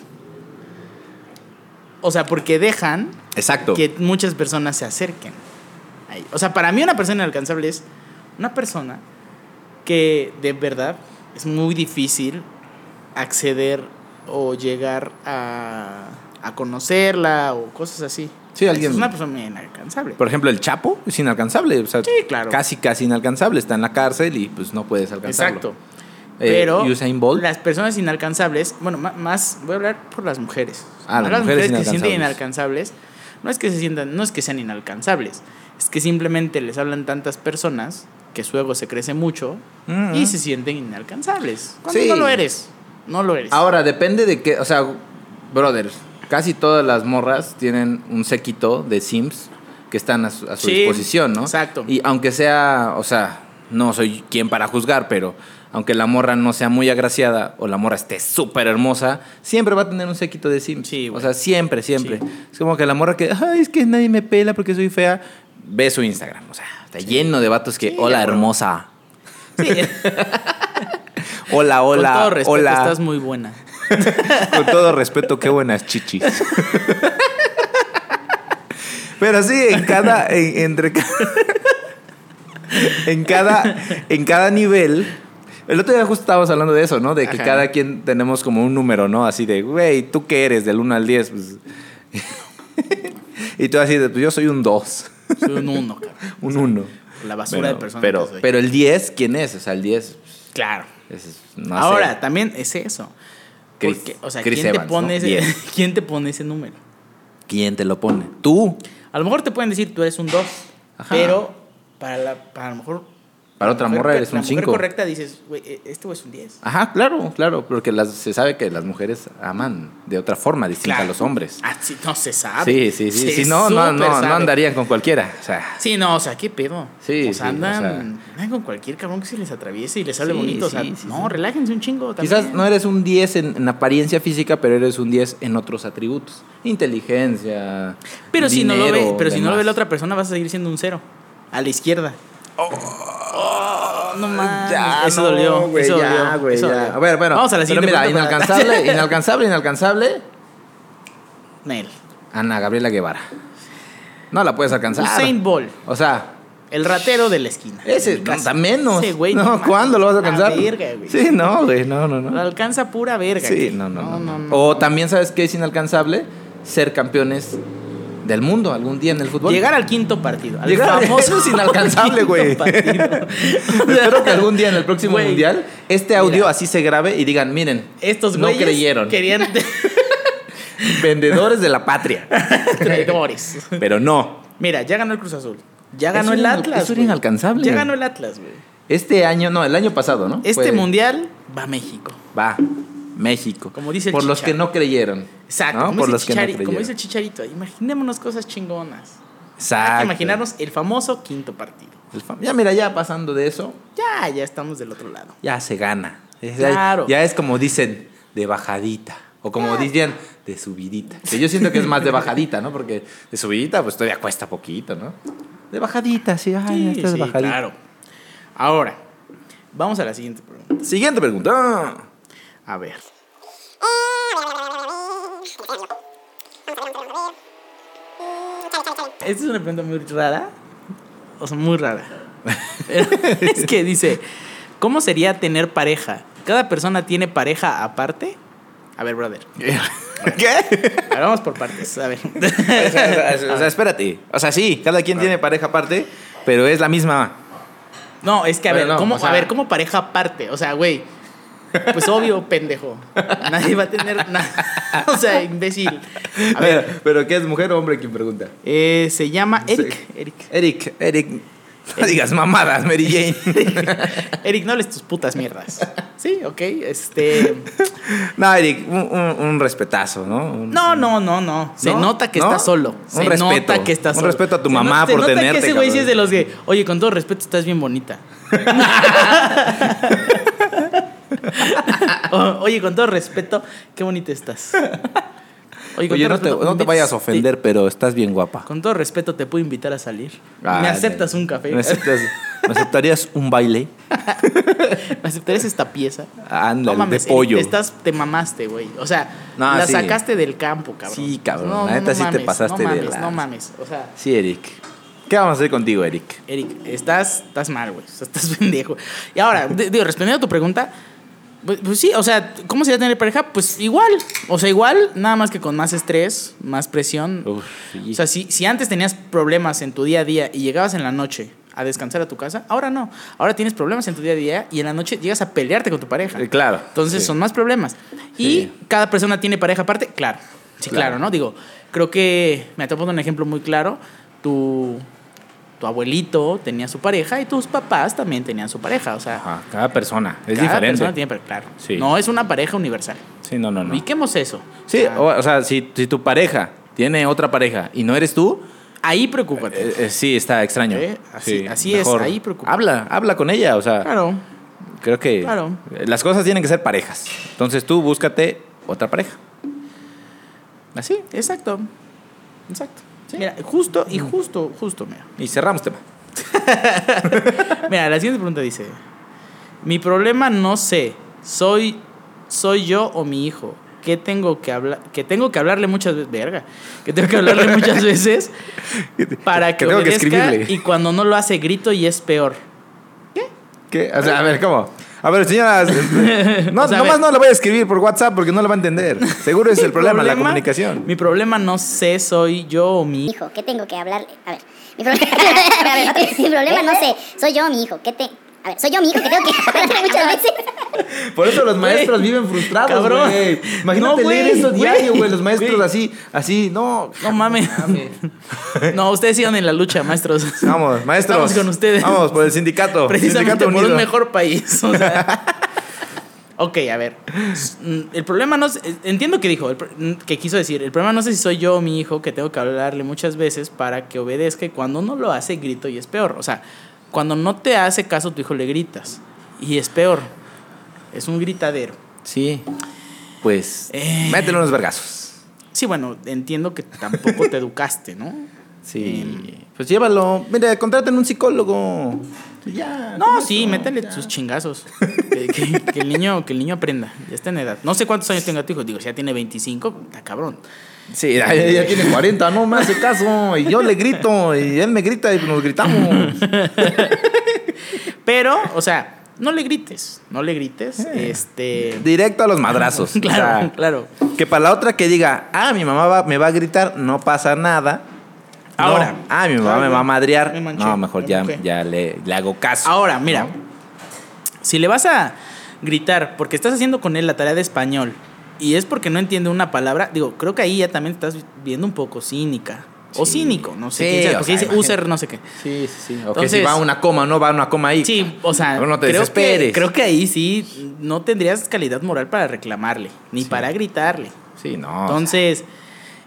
B: O sea, porque dejan
A: Exacto.
B: que muchas personas se acerquen. ahí. O sea, para mí una persona inalcanzable es una persona que de verdad es muy difícil acceder o llegar a, a conocerla o cosas así.
A: Sí, alguien-
B: Es una persona inalcanzable.
A: Por ejemplo, el Chapo es inalcanzable. O sea,
B: Sí, claro.
A: Casi, casi inalcanzable. Está en la cárcel y pues no puedes alcanzarlo.
B: Exacto.
A: Eh,
B: Pero
A: Usain Bolt.
B: las personas inalcanzables, bueno, ma- más voy a hablar por las mujeres.
A: Ah, las
B: las
A: mujeres
B: mujeres, que se sienten
A: inalcanzables.
B: inalcanzables, no es que se sientan, no es que sean inalcanzables, es que simplemente les hablan tantas personas que su ego se crece mucho
A: Mm.
B: y se sienten inalcanzables. Cuando
A: Sí.
B: no lo eres, no lo eres.
A: Ahora, depende de qué. O sea, brother, casi todas las morras tienen un séquito de Sims que están a su, a su
B: Sí,
A: disposición, ¿no?
B: exacto.
A: Y aunque sea, o sea, no soy quien para juzgar, pero aunque la morra no sea muy agraciada o la morra esté súper hermosa, siempre va a tener un séquito de Sims.
B: Sí,
A: o
B: güey.
A: sea, siempre, siempre.
B: Sí.
A: Es como que la morra que, ay, es que nadie me pela porque soy fea, ve su Instagram. O sea, está lleno de vatos que,
B: Sí,
A: hola,
B: güey.
A: hermosa.
B: Sí, eh,
A: Hola,
B: con
A: hola.
B: todo respeto,
A: hola.
B: estás muy buena.
A: Con todo respeto, qué buenas chichis. Pero sí, en cada. en- entre ca- en cada. En cada nivel. El otro día justo estábamos hablando de eso, ¿no? De que
B: Ajá.
A: cada quien tenemos como un número, ¿no? Así de, güey, ¿tú qué eres? Del 1 al 10. pues. y tú así de, pues yo soy un 2,
B: Soy un uno, cabrón.
A: un 1.
B: La basura
A: Pero,
B: de personas. que
A: pero,
B: soy.
A: pero el 10, ¿quién es? O sea, el 10.
B: claro.
A: es- no sé.
B: Ahora, también es eso.
A: Chris-
B: Porque, o sea,
A: Chris
B: ¿quién,
A: Evans,
B: te
A: ¿no?
B: pone ese,
A: Diez.
B: ¿quién te pone ese número?
A: ¿Quién te lo pone? Tú.
B: A lo mejor te pueden decir tú eres un 2,
A: Ajá.
B: pero para, la, para a lo mejor.
A: Para otra
B: la mujer
A: morra
B: per-
A: eres un
B: La mujer
A: 5.
B: correcta dices, güey, e- este güey es un 10.
A: Ajá, claro, claro, porque las, se sabe que las mujeres aman de otra forma distinta
B: Claro.
A: a los hombres.
B: Ah, sí, no se sabe.
A: Sí, sí, sí.
B: Se
A: Si no, no,
B: súper
A: no, no
B: sabe.
A: andarían con cualquiera. O sea,
B: Sí, no, o sea, qué pedo.
A: Sí,
B: O sea,
A: sí,
B: andan,
A: o
B: andan con cualquier cabrón que se les atraviese y les hable
A: Sí,
B: bonito. O sea,
A: sí, sí, sí.
B: no, relájense un chingo. También.
A: quizás no eres un 10 en, en apariencia física, pero eres un 10 en otros atributos. Inteligencia.
B: Pero si no lo
A: dinero,
B: ve, pero si no lo ve la
A: demás.
B: otra persona, vas a seguir siendo un 0. A la izquierda. Oh, no mames.
A: Ya,
B: eso
A: no,
B: dolió.
A: güey,
B: eso
A: ya,
B: dolió,
A: güey,
B: eso
A: ya.
B: dolió.
A: A ver, bueno.
B: Vamos a la
A: pero
B: siguiente
A: mira,
B: pregunta para-
A: inalcanzable, inalcanzable, inalcanzable.
B: Nel.
A: Ana Gabriela Guevara. No la puedes alcanzar.
B: Usain Bolt.
A: O sea,
B: El ratero de la esquina.
A: Ese,
B: De mi casa.
A: también menos.
B: Ese güey,
A: no,
B: mames,
A: ¿cuándo lo vas a alcanzar?
B: La verga, güey.
A: Sí, no, güey, no, no,
B: Lo
A: no.
B: alcanza pura verga.
A: Sí,
B: güey.
A: no, no, no, no.
B: no.
A: O también, ¿sabes qué es inalcanzable? Ser campeones del mundo algún día en el fútbol.
B: Llegar al quinto partido. Al
A: Llegar al-
B: famoso
A: eso es inalcanzable,
B: quinto
A: güey.
B: partido.
A: Espero que algún día en el próximo
B: Güey,
A: mundial este audio
B: mira.
A: así se grabe y digan, miren,
B: Estos
A: no
B: güeyes
A: creyeron.
B: querían
A: Vendedores de la patria.
B: traidores.
A: Pero no.
B: Mira, ya ganó el Cruz Azul. Ya ganó
A: Eso
B: el
A: era-
B: Atlas.
A: eso era
B: güey.
A: inalcanzable.
B: Ya ganó el Atlas, güey.
A: Este año, no, el año pasado, ¿no?
B: Este
A: Fue-
B: mundial va a México.
A: Va. México.
B: Como dice el
A: Por los
B: Chicharo.
A: que no creyeron.
B: Exacto.
A: ¿no?
B: Como,
A: Por
B: dice
A: los que no
B: Chichari-
A: creyeron.
B: como dice el Chicharito, imaginémonos cosas chingonas. Hay que
A: Exacto.
B: imaginarnos el famoso quinto partido.
A: El fam- Ya, mira, ya pasando de eso,
B: Ya, ya estamos del otro lado.
A: ya se gana. Es-
B: Claro.
A: Ya es como dicen, de bajadita. O como dirían, de subidita. Que yo siento que es más de bajadita, ¿no? Porque de subidita, pues todavía cuesta poquito, ¿no? De bajadita, sí, ay, Ah, ya
B: Sí,
A: está de
B: sí,
A: bajadita.
B: claro. Ahora, vamos a la siguiente pregunta.
A: Siguiente pregunta.
B: A ver. Esta es una pregunta muy rara. O sea, muy rara. es que dice, ¿cómo sería tener pareja? ¿Cada persona tiene pareja aparte? A ver, brother.
A: ¿Qué?
B: A ver, vamos por partes. A ver.
A: o, sea, o sea, espérate. O sea, sí, cada quien tiene pareja aparte, pero es la misma.
B: No, es que a
A: Bueno,
B: ver,
A: no,
B: ¿cómo,
A: o sea-
B: a ver, ¿cómo pareja aparte? O sea, güey. Pues obvio, pendejo. Nadie va a tener nada. O sea, imbécil. A ver.
A: Pero, ¿pero ¿qué es mujer o hombre quien pregunta?
B: Eh, se llama Eric. Eric.
A: Eric, Eric. No digas mamadas, Mary Jane.
B: Eric, no les tus putas mierdas. Sí, ok. Este.
A: No, Eric, un, un- un respetazo, ¿no? Un-
B: No, no, no, no. Se
A: ¿No?
B: nota que
A: ¿No?
B: está solo.
A: Un
B: Se
A: respeto.
B: nota que está
A: Un
B: solo.
A: respeto a tu
B: Se
A: mamá
B: nota- se
A: por
B: nota
A: tenerte,
B: Que ese güey sí
A: cabrón.
B: es de los que, oye, con todo respeto, estás bien bonita. O- oye, con todo respeto, qué bonita estás. con
A: Oye,
B: todo
A: no te,
B: respeto,
A: no te vayas a ofender, pero estás bien guapa.
B: te- con todo respeto, te puedo invitar a salir.
A: Ah,
B: ¿Me aceptas un café?
A: ¿Me, aceptas- me aceptarías un baile?
B: ¿Me aceptarías esta pieza?
A: Ándale, de
B: Eric,
A: pollo.
B: Te, estás, te mamaste, güey. O sea,
A: No,
B: la
A: sí.
B: sacaste del campo, cabrón.
A: Sí, cabrón, la neta sí te pasaste de
B: no mames,
A: lanza.
B: No mames, o sea,
A: Sí, Eric. ¿Qué vamos a hacer contigo, Eric?
B: Eric, estás, estás mal, güey. O sea, Estás pendejo. Y ahora, de- digo, respondiendo a tu pregunta, pues, pues sí, o sea, ¿cómo sería tener pareja? Pues igual. O sea, igual, nada más que con más estrés, más presión.
A: Uf, sí.
B: O sea, si, si antes tenías problemas en tu día a día y llegabas en la noche a descansar a tu casa, ahora no. Ahora tienes problemas en tu día a día y en la noche llegas a pelearte con tu pareja.
A: Eh, claro.
B: Entonces
A: Sí.
B: son más problemas.
A: Sí.
B: Y cada persona tiene pareja aparte, claro. Sí, claro,
A: Claro.
B: ¿no? Digo, creo que me te pongo un ejemplo muy claro. Tu, tu abuelito tenía su pareja y tus papás también tenían su pareja. O sea,
A: Ajá, cada persona es
B: cada
A: diferente.
B: persona tiene pareja, claro.
A: Sí.
B: No es una pareja universal.
A: Sí, no, no, no.
B: Ubiquemos eso.
A: Sí,
B: Ah.
A: o, o sea, si, si tu pareja tiene otra pareja y no eres tú,
B: Ahí preocúpate.
A: eh, eh, sí, está extraño.
B: Eh, así-
A: Sí,
B: así es,
A: mejor
B: ahí preocupa.
A: Habla, habla con ella, o sea,
B: claro.
A: creo que
B: Claro.
A: eh, las cosas tienen que ser parejas. Entonces tú búscate otra pareja. Así.
B: Exacto. Exacto. Mira, justo y justo, justo, mira.
A: Y cerramos tema.
B: Mira, la siguiente pregunta dice: Mi problema no sé, soy soy yo o mi hijo. ¿Qué tengo que hablar? Que tengo que hablarle muchas veces, verga. Que tengo que hablarle muchas veces para que,
A: Que tengo que
B: obedezca
A: escribirle.
B: y cuando no lo hace grito y es peor.
A: ¿Qué? O sea, a ver, ¿cómo? A ver, señoras, este, no,
B: O sea, a
A: nomás
B: ver.
A: no le voy a escribir por WhatsApp porque no lo va a entender. Seguro es el problema, la comunicación.
B: Mi problema no sé, soy yo o mi hijo.
D: hijo, ¿qué tengo que hablarle? A ver, mi problema, a ver, otra vez. mi problema no sé, soy yo mi hijo, ¿qué te... A ver, soy yo mi hijo, que tengo que hablarle muchas veces.
A: Por eso los
B: Güey.
A: maestros viven frustrados,
B: Cabrón.
A: güey. Imagínate
B: No,
A: leer
B: güey,
A: eso diario,
B: güey.
A: güey. Los maestros
B: Güey.
A: así, así, no.
B: No mames. No, ustedes sigan en la lucha, maestros.
A: Vamos, maestros.
B: Estamos con ustedes.
A: Vamos, por el sindicato.
B: Precisamente
A: sindicato
B: por
A: unido.
B: un mejor país. o sea. ok, a ver. S- mm, El problema no sé- Entiendo que dijo, el pr- mm, que quiso decir. El problema no sé si soy yo o mi hijo que tengo que hablarle muchas veces para que obedezca y cuando no lo hace, grito y es peor. O sea, cuando no te hace caso, tu hijo le gritas. Y es peor. Es un gritadero.
A: Sí. Pues,
B: Eh.
A: métele unos vergazos.
B: Sí, bueno, entiendo que tampoco te educaste, ¿no? Eh.
A: Sí. Pues llévalo. Mira, contraten un psicólogo. pues Ya.
B: No, sí, métele sus chingazos. Que, que- que el niño, que el niño aprenda. Ya está en edad. No sé cuántos años tenga tu hijo. Digo, si ya tiene 25, está cabrón.
A: Sí, ya, ya- ya tiene 40, no me hace caso. Y yo le grito, y él me grita, y nos gritamos.
B: Pero, o sea, no le grites. No le grites.
A: Eh.
B: Este.
A: Directo a los madrazos. O
B: Claro,
A: sea,
B: claro.
A: Que para la otra que diga, ah, mi mamá va- me va a gritar, no pasa nada. No,
B: Ahora.
A: ah, mi mamá
B: Ah,
A: me
B: ya.
A: va a madrear.
B: Me manché,
A: no, mejor
B: me
A: ya,
B: manché.
A: ya le, le hago caso.
B: Ahora, mira. Si le vas a gritar porque estás haciendo con él la tarea de español y es porque no entiende una palabra, digo, creo que ahí ya también estás viendo un poco cínica. O
A: Sí.
B: cínico, no sé
A: Sí,
B: quién sea,
A: o
B: porque
A: sea,
B: dice
A: imagínate.
B: user, no sé qué.
A: Sí, sí, sí. O que
B: Entonces-
A: si va una coma, no va una coma ahí.
B: Sí, o sea,
A: Pero no te
B: creo, que,
A: desesperes.
B: creo que ahí sí no tendrías calidad moral para reclamarle, ni para gritarle.
A: Sí, no.
B: Entonces,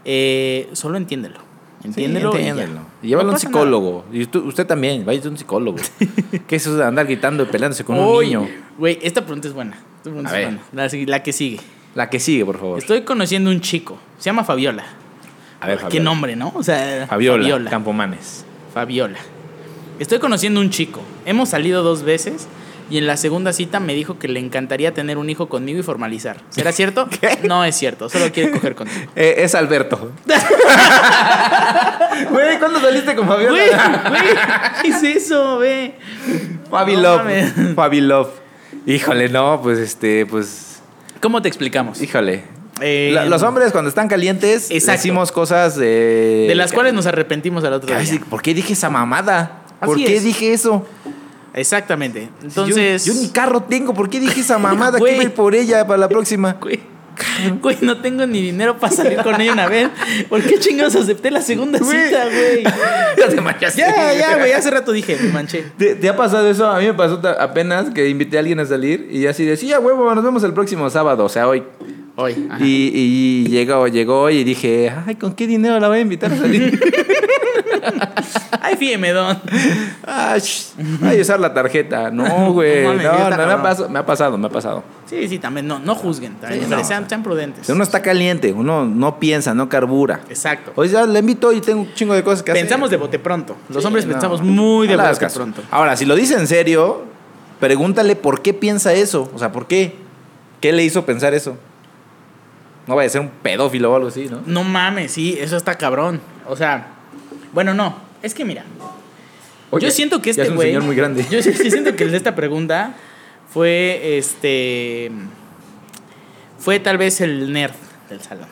B: eh, solo entiéndelo.
A: sí,
B: Entiéndelo. y ya.
A: entiéndelo. Y llévalo
B: No
A: a un
B: pasa nada.
A: psicólogo. Y tú- usted también, vaya a un psicólogo. ¿Qué es eso de andar gritando y peleándose con un
B: Uy,
A: niño?
B: Güey, esta pregunta es buena. Esta pregunta
A: A
B: es
A: ver.
B: buena. La, si- la que sigue.
A: La que sigue, por favor.
B: Estoy conociendo un chico. Se llama Fabiola.
A: A ver,
B: Qué
A: Fabiola.
B: nombre, ¿no? O sea,
A: Fabiola,
B: Fabiola.
A: Campomanes.
B: Fabiola. Estoy conociendo un chico. Hemos salido dos veces y en la segunda cita me dijo que le encantaría tener un hijo conmigo y formalizar. ¿Será cierto? No es cierto. Solo quiere coger contigo.
A: Eh, es Alberto. Güey, ¿cuándo saliste con Fabiola?
B: Güey, güey, ¿qué es eso, güey?
A: Fabi
B: No
A: Love.
B: mames.
A: Fabi Love. Híjole, no, pues este, pues.
B: ¿Cómo te explicamos?
A: Híjole.
B: Eh,
A: La- los hombres cuando están calientes
B: Exacto.
A: decimos cosas eh,
B: De las cuales nos arrepentimos al otro
A: Ay, sí,
B: día.
A: ¿Por qué dije esa mamada? ¿Por
B: Así
A: qué
B: es.
A: dije eso?
B: Exactamente.
A: Si yo-
B: Entonces.
A: Yo, ni carro tengo, ¿por qué dije esa mamada?
B: Güey.
A: ¿Qué voy por ella para la próxima?
B: Güey. Güey, no tengo ni dinero para salir con ella una vez. ¿Por qué chingados acepté la segunda cita, güey?
A: Ya te manchaste.
B: Ya, ya, güey. Hace rato dije, me manché.
A: ¿Te, te ha pasado eso? A mí me pasó ta- apenas que invité a alguien a salir y así decía, huevo, nos vemos el próximo sábado, o sea, hoy.
B: Hoy. ajá.
A: Y, y llegó, llegó y dije, ay, ¿con qué dinero la voy a invitar a salir?
B: Ay, fíjeme, don.
A: ay, sh- voy a usar la tarjeta. No, güey. No,
B: No mames,
A: no,
B: ya está
A: me, ha
B: cabrón.
A: pas- me ha pasado, me ha pasado.
B: Sí, sí, también. No, no juzguen. también,
A: Sí,
B: hombre,
A: no.
B: sean, sean prudentes.
A: Uno está caliente, uno no piensa, no carbura.
B: Exacto.
A: Hoy ya le invito y tengo un chingo de cosas que hacer.
B: Pensamos de bote pronto. Los
A: Sí,
B: hombres
A: no.
B: pensamos muy de
A: No le hagas
B: bote
A: caso.
B: pronto.
A: Ahora, si lo dice en serio, pregúntale por qué piensa eso. O sea, ¿por qué? ¿Qué le hizo pensar eso? No vaya a ser un pedófilo o algo así, ¿no?
B: No mames, sí, eso está cabrón. O sea, bueno, no. Es que mira,
A: Oye,
B: yo siento que
A: ya
B: este
A: es un
B: güey.
A: señor muy grande.
B: Yo, sí- sí siento que el de esta pregunta fue este. Fue tal vez el nerd del salón.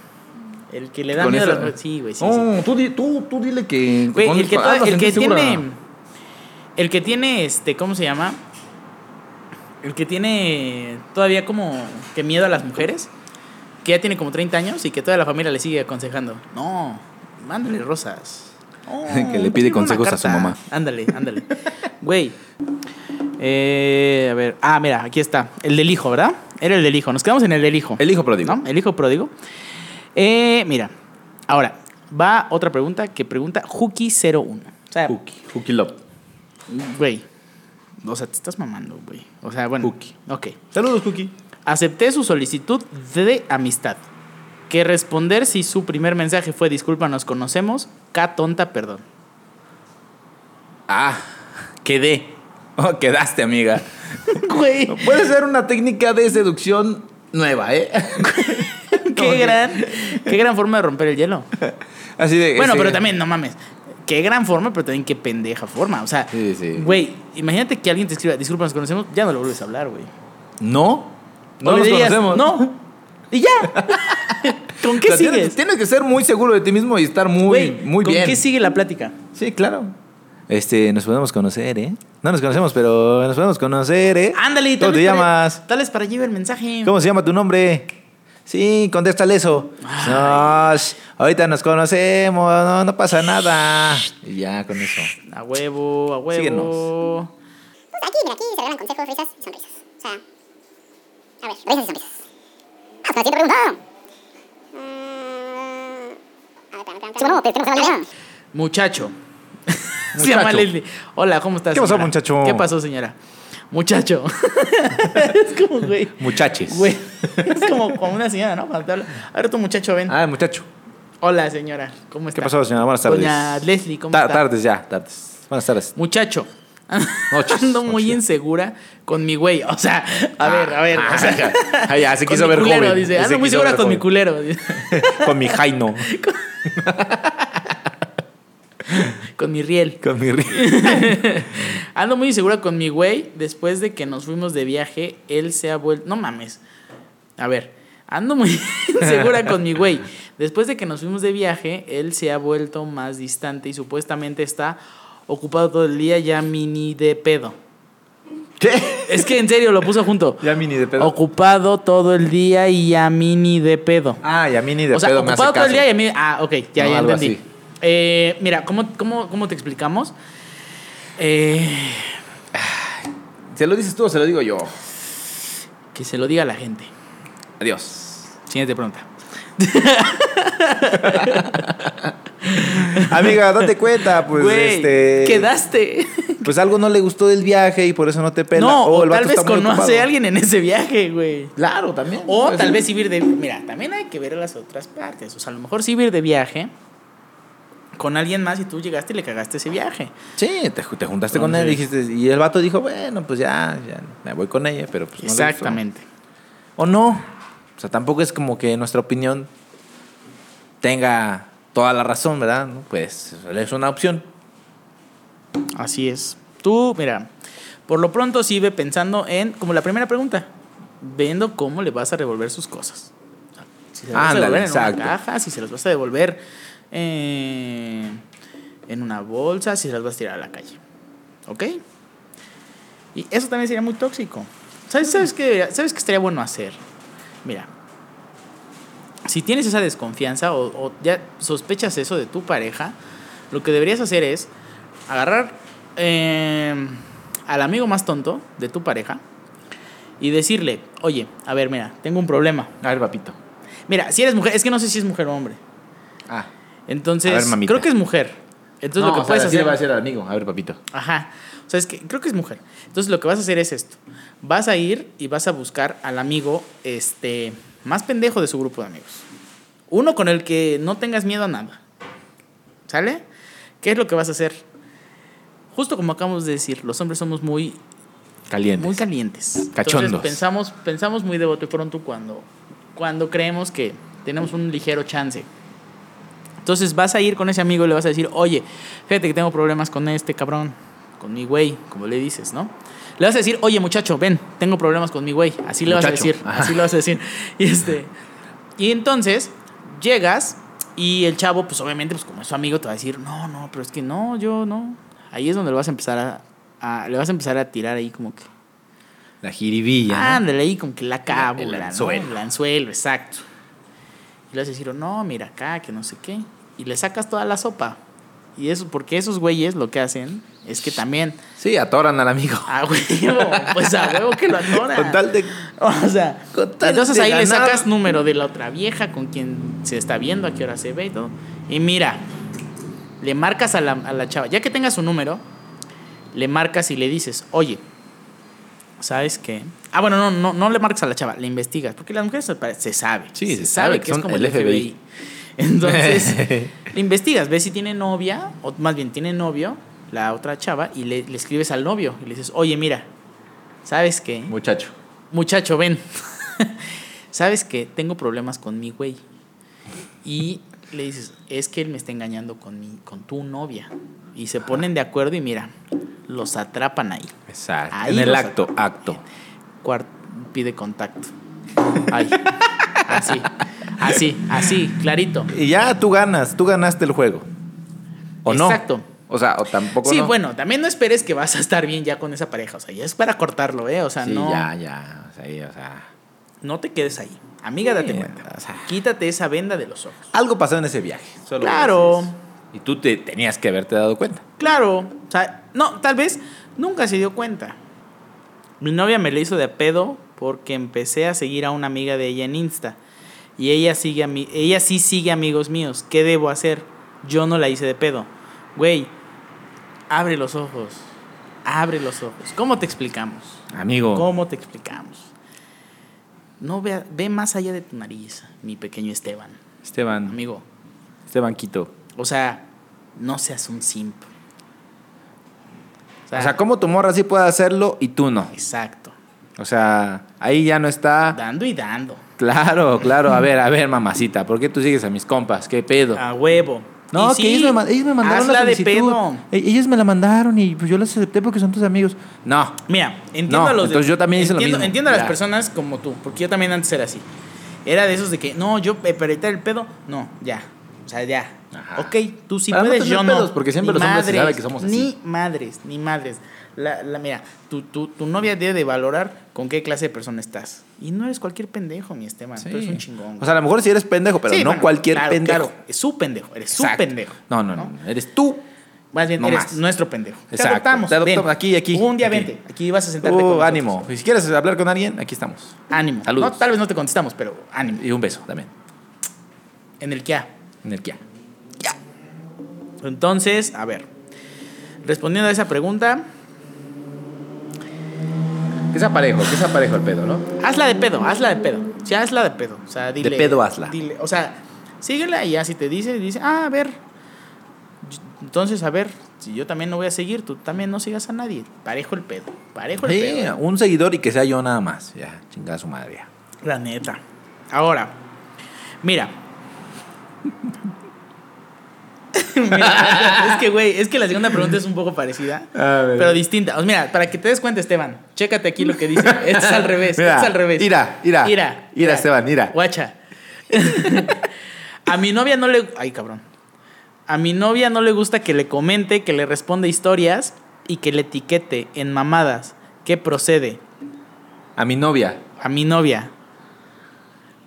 B: El que le da
A: Con
B: miedo a
A: esa-
B: las. Sí, güey, sí. sí.
A: No, Oh, tú, di- tú, tú dile que.
B: Güey,
A: pon-
B: el que,
A: hazla
B: toda- el
A: sentir
B: que
A: segura.
B: tiene. El que tiene, este, ¿cómo se llama? El que tiene todavía como que miedo a las mujeres, que ya tiene como 30 años y que toda la familia le sigue aconsejando. No, mándale rosas. No,
A: Que le pide
B: escribe una
A: consejos a su
B: carta".
A: mamá.
B: Ándale, ándale. Güey. Eh, a ver. Ah, mira, aquí está. El del hijo, ¿verdad? Era el del hijo. Nos quedamos en el del hijo.
A: El hijo pródigo.
B: ¿no? El hijo pródigo. Eh, mira, ahora va otra pregunta que pregunta Juki01. O sea,
A: Hooky, Hooky Love.
B: güey. O sea, te estás mamando, güey. O sea, bueno.
A: Juki.
B: Ok.
A: Saludos, Cookie.
B: Acepté su solicitud de amistad. Que responder si su primer mensaje fue disculpa, nos conocemos. K tonta, perdón.
A: Ah, quedé. Oh, quedaste, amiga.
B: Güey,
A: Puede ser una técnica de seducción nueva, ¿eh?
B: qué gran, qué gran forma de romper el hielo.
A: Así de. este,
B: Bueno,
A: sí.
B: pero también, no mames. Qué gran forma, pero también qué pendeja forma. O sea,
A: Sí, sí.
B: güey, imagínate que alguien te escriba, disculpa, nos conocemos, ya no lo vuelves a hablar, güey.
A: No. No
B: O le
A: nos
B: dirías,
A: conocemos.
B: No. Y ya. ¿Con
A: O
B: qué
A: sea, Tienes,
B: sigues?
A: tienes que ser muy seguro de ti mismo y estar muy,
B: Güey,
A: muy
B: ¿Con
A: bien.
B: qué sigue la plática?
A: Sí, claro. Este, nos podemos conocer, ¿eh? No nos conocemos, pero nos podemos conocer, ¿eh?
B: Ándale,
A: ¿Cómo
B: tal
A: te
B: vez para-
A: llamas?
B: Tal vez para llevar el mensaje.
A: ¿Cómo se llama tu nombre? Sí, contéstale eso. No, sh- ahorita nos conocemos, no, no pasa nada. Y ya, con eso.
B: A huevo, a huevo.
A: Síguenos.
D: Pues aquí, mira, aquí se regalan consejos, risas y sonrisas. O sea, a ver, risas y sonrisas. Hasta la siguiente pregunta. Mm, a ver, espérame, espérame, espérame. Sí, bueno, te tenemos algo ya.
B: Muchacho. Se
A: Muchacho.
B: llama Leslie. Hola, ¿cómo estás?
A: ¿Qué pasó,
B: señora?
A: muchacho?
B: ¿Qué pasó, señora? Muchacho. es como, güey.
A: Muchaches.
B: Güey. Es como, como una señora, ¿no? Cuando te habla. A ver, tu muchacho, ven.
A: Ah, muchacho.
B: Hola, señora. ¿Cómo
A: ¿Qué
B: está?
A: pasó, señora? Buenas tardes.
B: Doña Leslie, ¿cómo
A: Ta-
B: está?
A: Tardes ya, tardes. Buenas tardes.
B: Muchacho.
A: Noches,
B: Ando muy
A: noches.
B: insegura con mi güey. O sea, a ver, a ver.
A: Ah,
B: o sea,
A: ah, ya, se
B: con
A: quiso
B: mi
A: ver
B: culero,
A: joven.
B: Dice,
A: Se
B: ando muy
A: quiso
B: segura
A: ver
B: con mi
A: joven.
B: culero. dice.
A: Con mi jaino.
B: con mi riel.
A: Con mi ri-
B: Ando muy insegura con mi güey. Después de que nos fuimos de viaje, él se ha vuelto. No mames. A ver. Ando muy insegura con mi güey. Después de que nos fuimos de viaje, él se ha vuelto más distante y supuestamente está ocupado todo el día ya mini de pedo.
A: ¿Qué?
B: Es que en serio lo puso junto.
A: Ya mini de pedo.
B: Ocupado todo el día y a mí ni de pedo.
A: Ah, y a mí ni de
B: o sea,
A: pedo me hace
B: ocupado todo el
A: caso.
B: día y a mí. Ah, ok, ya,
A: No,
B: ya
A: algo
B: entendí.
A: así.
B: Eh, mira, ¿cómo, cómo, ¿cómo te explicamos? Eh,
A: ¿Se lo dices tú o se lo digo yo?
B: que se lo diga a la gente.
A: Adiós.
B: Siguiente pregunta.
A: Amiga, date cuenta, pues
B: Güey,
A: este.
B: quedaste.
A: Pues algo no le gustó del viaje y por eso no te pela.
B: no,
A: o
B: o
A: el vato
B: tal vez
A: está muy
B: conoce
A: ocupado. Pues
B: a alguien en ese viaje, güey.
A: Claro, también.
B: O
A: Puede
B: tal
A: ser.
B: vez ir de. Mira, también hay que ver las otras partes. O sea, a lo mejor sí ir de viaje con alguien más y tú llegaste y le cagaste ese viaje.
A: Sí, te, ju- te juntaste con él y dijiste. Y el vato dijo, bueno, pues ya, ya me voy con ella, pero pues no le gustó.
B: Exactamente.
A: O no. O sea, tampoco es como que nuestra opinión tenga toda la razón, ¿verdad? No, Pues es una opción.
B: Así es. Tú, mira, por lo pronto sí ve pensando en, como la primera pregunta, viendo cómo le vas a revolver sus cosas. O sea, Si se las vas a
A: Ándale,
B: devolver en
A: exacto.
B: una caja, si se las vas a devolver eh, en una bolsa, si se las vas a tirar a la calle. ¿Ok? Y eso
A: Mm.
B: también sería muy tóxico. ¿Sabes, sabes, qué, debería- ¿Sabes qué estaría bueno hacer? Mira, si tienes esa desconfianza o, o ya sospechas eso de tu pareja, lo que deberías hacer es agarrar eh, al amigo más tonto de tu pareja y decirle, oye, a ver, mira, tengo un problema.
A: A ver, papito.
B: Mira, si eres mujer, es que no sé si es mujer o hombre.
A: Ah.
B: Entonces,
A: A ver, mamita.
B: creo que es mujer. Entonces, lo que
A: o sea,
B: puedes
A: así le
B: hacer.
A: va a decir al amigo. A ver, papito.
B: Ajá. O sea, es que creo que es mujer. Entonces, lo que vas a hacer es esto: vas a ir y vas a buscar al amigo este, más pendejo de su grupo de amigos. Uno con el que no tengas miedo a nada. ¿Sale? ¿Qué es lo que vas a hacer? Justo como acabamos de decir, los hombres somos muy
A: Caliente.
B: muy calientes.
A: Cachondos.
B: Entonces, pensamos, pensamos muy de bote pronto cuando, cuando creemos que tenemos un ligero chance. Entonces vas a ir con ese amigo y le vas a decir, oye, fíjate que tengo problemas con este cabrón, con mi güey, como le dices, ¿no? Le vas a decir, oye muchacho, ven, tengo problemas con mi güey. Así le vas a
A: Muchacho.
B: decir,
A: Ajá.
B: así le vas a decir. Y, este, y entonces llegas y el chavo, pues obviamente, pues como es su amigo, te va a decir, no, no, pero es que no, yo no. Ahí es donde le vas a empezar a- a, le vas a empezar a tirar ahí como que,
A: La jiribilla. ¿no?
B: Ándale ahí como que la cábula,
A: el
B: ¿no?
A: anzuelo.
B: El anzuelo, exacto. Y le vas a decir, no, mira acá, que no sé qué. Y le sacas toda la sopa. Y eso, porque esos güeyes lo que hacen es que también,
A: Sí, atoran al amigo.
B: a huevo, pues a huevo que lo atoran.
A: Con tal de.
B: O sea,
A: Con tal
B: entonces
A: de
B: ahí le
A: ganar.
B: sacas número de la otra vieja con quien se está viendo, a qué hora se ve y todo. Y mira, le marcas a la, a la chava, ya que tengas su número, le marcas y le dices, oye, ¿sabes qué? Ah, bueno, no, no, no le marcas a la chava, le investigas, porque las mujeres se pare- se sabe.
A: Sí, se sabe que son el FBI.
B: Entonces, le investigas, ves si tiene novia, o más bien tiene novio, la otra chava, y le, le escribes al novio y le dices, oye, mira, ¿sabes qué?
A: Muchacho.
B: muchacho, ven. ¿Sabes que Tengo problemas con mi güey. Y le dices, es que él me está engañando con, mi, con tu novia. Y se ponen de acuerdo y mira, los atrapan ahí.
A: Exacto.
B: Ahí
A: en el
B: los
A: acto, acto.
B: Cuart- pide contacto. Ay, así, así, así, clarito.
A: Y ya tú ganas, tú ganaste el juego. ¿O no?
B: Exacto.
A: O sea, o tampoco.
B: Sí,
A: no.
B: bueno, también no esperes que vas a estar bien ya con esa pareja. O sea, ya es para cortarlo, ¿eh? O sea,
A: Sí,
B: no.
A: ya, ya. O sea, ahí, o sea.
B: No te quedes ahí. Amiga, date
A: Sí,
B: cuenta.
A: o sea.
B: Quítate esa venda de los ojos.
A: Algo pasó en ese viaje. solo
B: Claro.
A: voy a decir eso. Y tú te tenías que haberte dado cuenta.
B: Claro, o sea, no, tal vez nunca se dio cuenta. Mi novia me le hizo de pedo porque empecé a seguir a una amiga de ella en Insta. Y ella, sigue a mi, ella sí sigue amigos míos. ¿Qué debo hacer? Yo no la hice de pedo. Güey, abre los ojos. Abre los ojos. ¿Cómo te explicamos?
A: Amigo.
B: ¿Cómo te explicamos? No vea, ve más allá de tu nariz, mi pequeño Esteban.
A: Esteban.
B: Amigo,
A: Esteban Quito.
B: o sea, no seas un simp. O
A: O sea, ¿cómo tu morra sí puede hacerlo y tú no?
B: Exacto.
A: O sea, ahí ya no está.
B: Dando y dando.
A: Claro, claro. A ver, a ver, mamacita, ¿por qué tú sigues a mis compas? ¿Qué pedo?
B: A huevo.
A: No,
B: Y
A: que
B: sí,
A: ellos me, ma- ellos me mandaron la
B: hazla de
A: solicitud.
B: pedo.
A: E- Ellos me la mandaron y pues, yo las acepté porque son tus amigos. No.
B: Mira, entiendo
A: No,
B: a los. de-
A: entonces yo también hice lo
B: entiendo-
A: mismo.
B: Entiendo a las
A: Ya.
B: personas como tú, porque yo también antes era así. Era de esos de que, no, yo eh, para evitar el pedo, no, ya. O sea, ya.
A: Ajá.
B: Ok, tú sí
A: Para no
B: puedes,
A: tener
B: yo no.
A: pedos, porque siempre los hombres se sabe que somos así.
B: Ni madres, ni madres. La, la- mira, tu, tu, tu novia debe de valorar con qué clase de persona estás. Y no eres cualquier pendejo, mi Esteban. Tú eres un chingón.
A: O sea, a lo mejor sí eres pendejo, pero
B: Sí,
A: no
B: bueno,
A: cualquier
B: claro,
A: pendejo.
B: claro, es su pendejo, eres su
A: Exacto.
B: pendejo.
A: No, no, no, no, Eres tú.
B: Más bien,
A: No
B: eres
A: más.
B: nuestro pendejo. Te
A: Exacto,
B: adoptamos.
A: te adoptamos.
B: ven.
A: Aquí, aquí,
B: Un día
A: aquí.
B: vente. Aquí vas a sentarte
A: Uh,
B: con nosotros.
A: ánimo. Y si quieres hablar con alguien, aquí estamos.
B: Ánimo.
A: Saludos.
B: No, tal vez no te contestamos, pero ánimo.
A: Y un beso también.
B: En el que ha.
A: Energía.
B: Entonces, a ver. Respondiendo a esa pregunta,
A: Que sea parejo, que sea parejo el pedo, ¿no?
B: hazla de pedo, hazla de pedo. Sí, hazla de pedo. O sea, dile.
A: pedo hazla.
B: Dile, o sea, síguela y ya si te dice, dice, ah, a ver. Entonces, a ver, si yo también no voy a seguir, tú también no sigas a nadie. Parejo el pedo. Parejo el
A: Sí,
B: pedo. ¿eh?
A: un seguidor y que sea yo nada más. Ya, chingada su madre. ya.
B: La neta. Ahora, mira. Mira, es que, güey, es que la segunda pregunta es un poco parecida,
A: A ver.
B: pero distinta. O sea, mira, para que te des cuenta, Esteban, chécate aquí lo que dice. Esto es al revés,
A: Mira,
B: esto es al revés.
A: ira, ira,
B: Ira,
A: ira, Esteban, ira.
B: Guacha. A mi novia no le... Ay, cabrón. A mi novia no le gusta que le comente, que le responda historias y que le etiquete en mamadas. ¿Qué procede?
A: A mi novia.
B: A mi novia.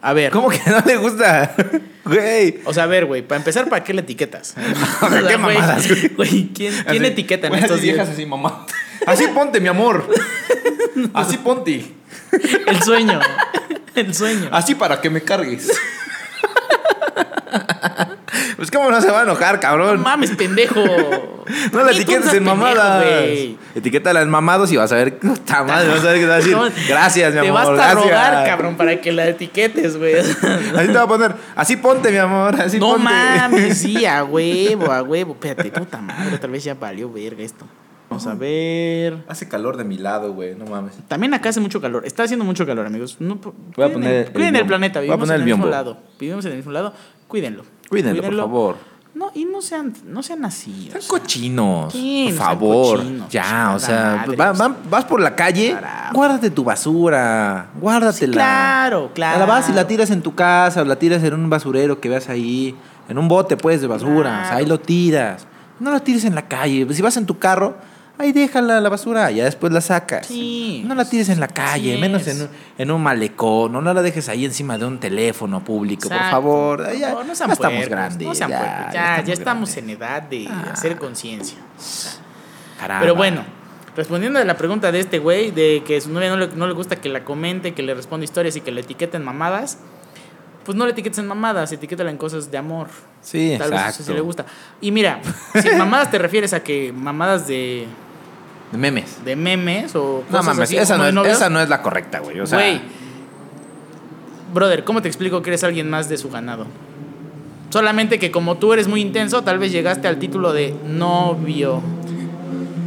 B: A ver.
A: ¿Cómo que no le gusta? Güey.
B: O sea, a ver, güey, para empezar, ¿para qué le etiquetas?
A: O sea,
B: O sea,
A: qué
B: güey,
A: mamadas, güey.
B: güey. ¿Quién, ¿quién
A: Así,
B: etiqueta en
A: güey,
B: estos
A: así viejas
B: días?
A: así, mamá. Así ponte, mi amor. Así ponte.
B: El sueño. El sueño.
A: Así para que me cargues. Pues cómo no se va a enojar,
B: No
A: cabrón.
B: mames, pendejo.
A: No la
B: Ni tú
A: etiquetes
B: seas
A: en
B: pendejo,
A: mamadas.
B: güey.
A: Etiquétala en mamados y vas a ver. Puta madre, vas a ver qué te va a decir.
B: No,
A: Gracias, mi
B: Te
A: amor.
B: basta
A: gracias.
B: rogar, cabrón, para que la etiquetes, güey.
A: Así te va a poner. Así ponte, mi amor. Así
B: no
A: ponte.
B: mames, sí, a huevo, a huevo. Espérate, puta madre, tal vez ya valió verga esto. Vamos a ver.
A: Hace calor de mi lado, güey. No mames.
B: También acá hace mucho calor. Está haciendo mucho calor, amigos. No, po-
A: Voy a
B: cuiden
A: poner
B: el,
A: el
B: cuiden el
A: biombo.
B: planeta,
A: Voy a
B: vivimos
A: poner
B: en
A: el
B: el mismo
A: biombo.
B: lado. Vivimos en el mismo lado, cuídenlo.
A: Cuídenlo, por favor.
B: No, y no sean, no sean así. o
A: Están
B: sea.
A: cochinos.
B: Sí,
A: Por
B: no sean
A: favor.
B: cochinos,
A: ya, o
B: chingada
A: sea,
B: madre,
A: va-
B: o sea.
A: va- vas por la calle,
B: Carajo.
A: guárdate tu basura, guárdatela.
B: claro, claro.
A: La vas y la tiras en tu casa, o la tiras en un basurero que veas ahí, en un bote pues de basura, o sea, ahí
B: Claro.
A: lo tiras. No la tires en la calle, si vas en tu carro, ahí déjala la basura, ya después la sacas.
B: Sí.
A: No la tires en la calle,
B: Así
A: menos
B: es.
A: en un, en un malecón, no, la dejes ahí encima de un teléfono público, por
B: Exacto,
A: favor.
B: por
A: Ay, ya,
B: favor, no, sean
A: ya estamos
B: puercos,
A: grandes.
B: No sean
A: ya,
B: puercos, ya,
A: ya
B: ya
A: estamos Ah,
B: estamos en edad de hacer conciencia.
A: Caramba.
B: Pero bueno, respondiendo a la pregunta de este güey, de que su novia no le, no le gusta que la comente, que le responda historias y que le etiqueten mamadas, pues no le etiquetes en mamadas, etiquétala en cosas de amor.
A: Sí,
B: Tal vez eso
A: exacto.
B: sí le gusta. Y mira, si mamadas te refieres a que mamadas de,
A: De memes.
B: de memes o cosas
A: No mames,
B: así,
A: esa
B: como
A: no,
B: de
A: es,
B: novios,
A: esa no es la correcta, güey. O sea,
B: Güey, brother, ¿cómo te explico que eres alguien más de su ganado? Solamente que como tú eres muy intenso, tal vez llegaste al título de novio.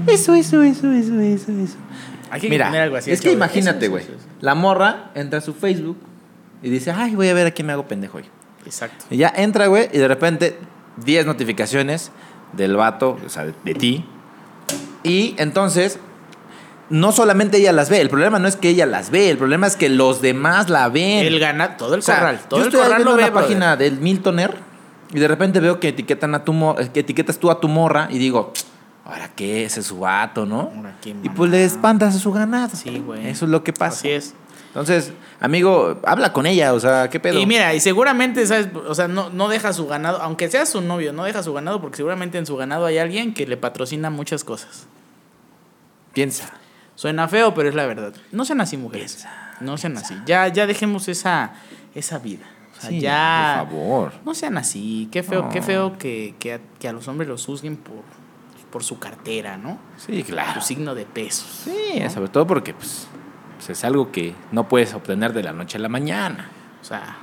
A: Eso, eso, eso, eso, eso, eso.
B: Hay que
A: Mira,
B: poner algo así,
A: es que
B: chavos.
A: imagínate,
B: Eso,
A: güey.
B: eso, eso,
A: La morra entra a su Facebook y dice, ay, voy a ver a quién me hago pendejo hoy.
B: eso. Exacto.
A: Y ya entra, güey, y de repente 10 notificaciones del vato, o sea, de, de ti. Y entonces, no solamente ella las ve, el problema no es que ella las ve, el problema es que los demás la ven.
B: El gana, todo el
A: O sea,
B: corral, todo
A: yo
B: el
A: estoy ahí
B: corral
A: viendo
B: lo ve,
A: una
B: brother.
A: página del Miltoner y de repente veo que etiquetan a tu mor- eh, que etiquetas tú a tu morra y digo, ahora qué, ese es su vato, ¿no?
B: Ahora qué
A: Y
B: mamá.
A: pues le espantas a su ganado.
B: Sí, güey.
A: Eso es lo que pasa.
B: Así es.
A: Entonces, amigo, habla con ella, o sea, qué pedo.
B: Y mira, y seguramente, ¿sabes? O sea, no, no deja su ganado, aunque sea su novio, no deja su ganado porque seguramente en su ganado hay alguien que le patrocina muchas cosas.
A: piensa.
B: Suena feo, pero es la verdad. No sean así, mujeres. no sean así. Ya, ya dejemos esa, esa vida. O sea,
A: Sí,
B: ya.
A: por favor.
B: No sean así. Qué feo,
A: No.
B: qué feo que, que a, que a los hombres los juzguen por, por su cartera, ¿no?
A: Sí,
B: Su signo de pesos.
A: Sí, sobre todo porque pues, pues, es algo que no puedes obtener de la noche a la mañana.
B: O sea,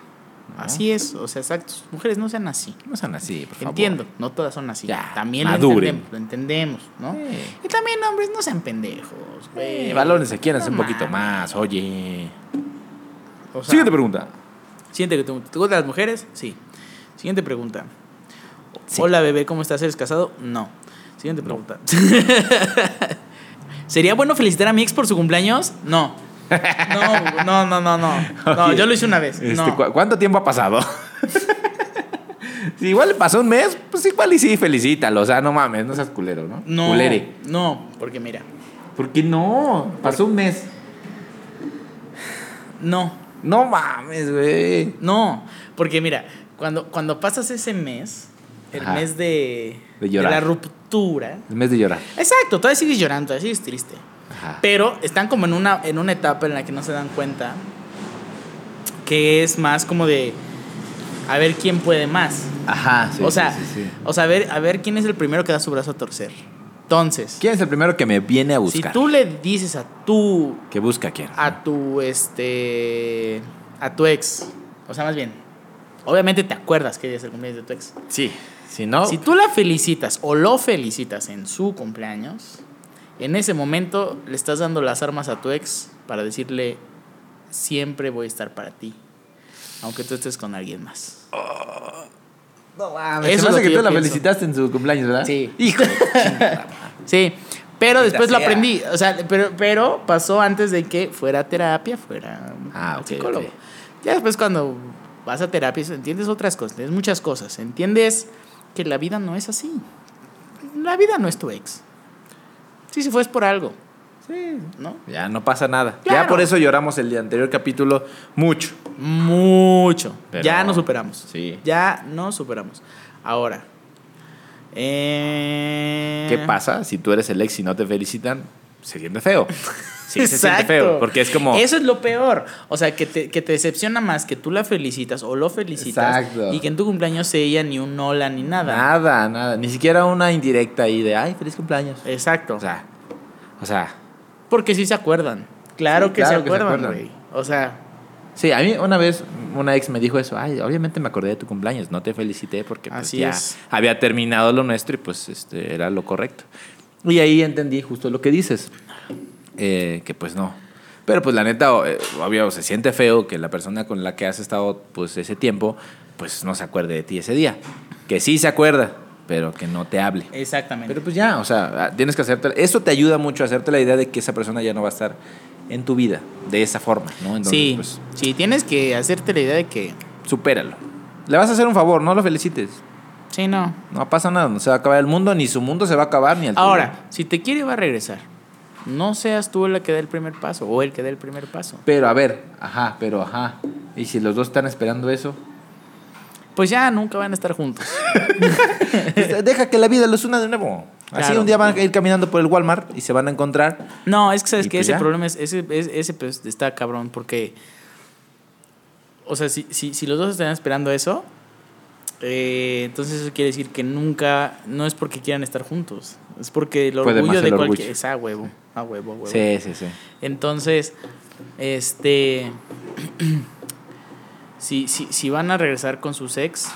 B: así es. O sea, exacto. Mujeres no sean así.
A: No sean así, por favor.
B: Entiendo, no todas son así.
A: Ya,
B: también lo
A: maduren.
B: entendemos, lo entendemos, ¿no?
A: Sí.
B: Y también, hombres, no sean pendejos, güey.
A: Eh, valórense, quiéranse
B: No
A: un poquito
B: mames.
A: más, oye.
B: O sea,
A: Siguiente pregunta.
B: Siguiente que te, ¿te gustan las mujeres? Sí. Siguiente pregunta.
A: Sí.
B: Hola bebé, ¿cómo estás? ¿Eres casado? No. Siguiente pregunta. ¿Sería bueno felicitar a mi ex por su cumpleaños? No. No, no, no, no, no. No,
A: Oye,
B: yo lo hice una vez.
A: Este,
B: no.
A: ¿cu- ¿Cuánto tiempo ha pasado? si igual le pasó un mes, pues igual y sí, felicítalo. O sea, no mames, no seas culero, ¿no?
B: No,
A: Culere.
B: no, porque mira,
A: ¿Por qué no? Pasó un mes.
B: no,
A: No mames, güey.
B: no, porque mira, cuando, cuando pasas ese mes, el
A: Ajá.
B: mes de,
A: De llorar.
B: la ruptura,
A: El mes de llorar.
B: exacto, todavía sigues llorando, todavía sigues triste,
A: Ajá.
B: Pero están como en una, en una etapa en la que no se dan cuenta que es más como de a ver quién puede más.
A: Ajá, sí.
B: o sea,
A: sí, sí, sí.
B: o sea, a ver, a ver quién es el primero que da su brazo a torcer. Entonces,
A: ¿Quién es el primero que me viene a
B: si
A: buscar?
B: tú le dices a tu
A: Que busca a quién.
B: a tu este a tu ex, o sea, más bien, obviamente te acuerdas que es el cumpleaños de tu ex.
A: Sí. Si no.
B: Si tú la felicitas o lo felicitas en su cumpleaños, en ese momento le estás dando las armas a tu ex para decirle, siempre voy a estar para ti, aunque tú estés con alguien más.
A: no
B: Eso
A: Eso
B: es
A: es
B: lo
A: que,
B: que
A: tú
B: yo
A: la
B: pienso.
A: felicitaste en su cumpleaños, ¿verdad?
B: Sí.
A: Hijo. de chingada.
B: Sí, pero
A: Maldita
B: después lo
A: sea.
B: aprendí, o sea, pero, pero pasó antes de que fuera a terapia, fuera
A: Ah, ok,
B: psicólogo.
A: ok.
B: Ya después cuando vas a terapia entiendes otras cosas, entiendes muchas cosas, entiendes que la vida no es así. La vida no es tu ex. Sí, si fues por algo,
A: sí.
B: ¿no?
A: Ya no pasa nada. Ya
B: Claro.
A: por eso lloramos el anterior capítulo mucho.
B: Mucho.
E: Pero-
B: ya nos superamos.
E: Sí.
B: Ya nos superamos. Ahora. eh,
E: ¿Qué pasa si tú eres el ex y no te felicitan? Se siente feo. Sí, se siente
B: Exacto.
E: feo. Porque es como.
B: Eso es lo peor. O sea, que te, que te decepciona más que tú la felicitas o lo felicitas.
A: Exacto.
B: Y que en tu cumpleaños ella ni un hola ni nada.
A: Nada, nada. Ni siquiera una indirecta ahí de, ay, feliz cumpleaños.
B: Exacto.
A: O sea, o sea,
B: Porque sí se acuerdan. Claro,
A: Sí,
B: que,
A: claro
B: se
A: que se
B: acuerdan,
A: acuerdan.
B: güey. O sea,
A: sí, a mí una vez una ex me dijo eso, ay, obviamente me acordé de tu cumpleaños, no te felicité porque pues,
B: Así
A: ya
B: es.
A: había terminado lo nuestro y pues este, era lo correcto. Y ahí entendí justo lo que dices, eh, que pues no. Pero pues la neta, o- eh, obvio, se siente feo que la persona con la que has estado pues ese tiempo, pues no se acuerde de ti ese día. Que sí se acuerda, pero que no te hable.
B: exactamente.
A: Pero pues ya, o sea, tienes que hacerte. Eso te ayuda mucho a hacerte la idea de que esa persona ya no va a estar en tu vida de esa forma, ¿no? Entonces,
B: sí,
A: pues,
B: sí, tienes que hacerte la idea de que.
A: supéralo. Le vas a hacer un favor, no lo felicites.
B: Sí, no.
A: No pasa nada, no se va a acabar el mundo, ni su mundo se va a acabar, ni el tuyo.
B: Ahora, si te quiere, va a regresar. No seas tú la que dé el primer paso o el que dé el primer paso.
A: Pero a ver, ajá, pero ajá. Y si los dos están esperando eso,
B: Pues ya nunca van a estar juntos.
A: pues, deja que la vida los una de nuevo. Así
B: Claro.
A: un día van a ir caminando por el Walmart y se van a encontrar.
B: No, es que sabes
A: Y
B: que
A: pues
B: ese
A: ya.
B: problema es, ese, es- ese pues, está cabrón porque, o sea, si, si, si los dos están esperando eso, eh, entonces eso quiere decir que nunca, no es porque quieran estar juntos, es porque el
A: Puede
B: orgullo
A: más
B: de
A: el
B: cualquier...
A: orgullo.
B: Es a huevo, a huevo, a huevo.
A: Sí, sí, sí.
B: Entonces, este, si, si, si van a regresar con sus ex,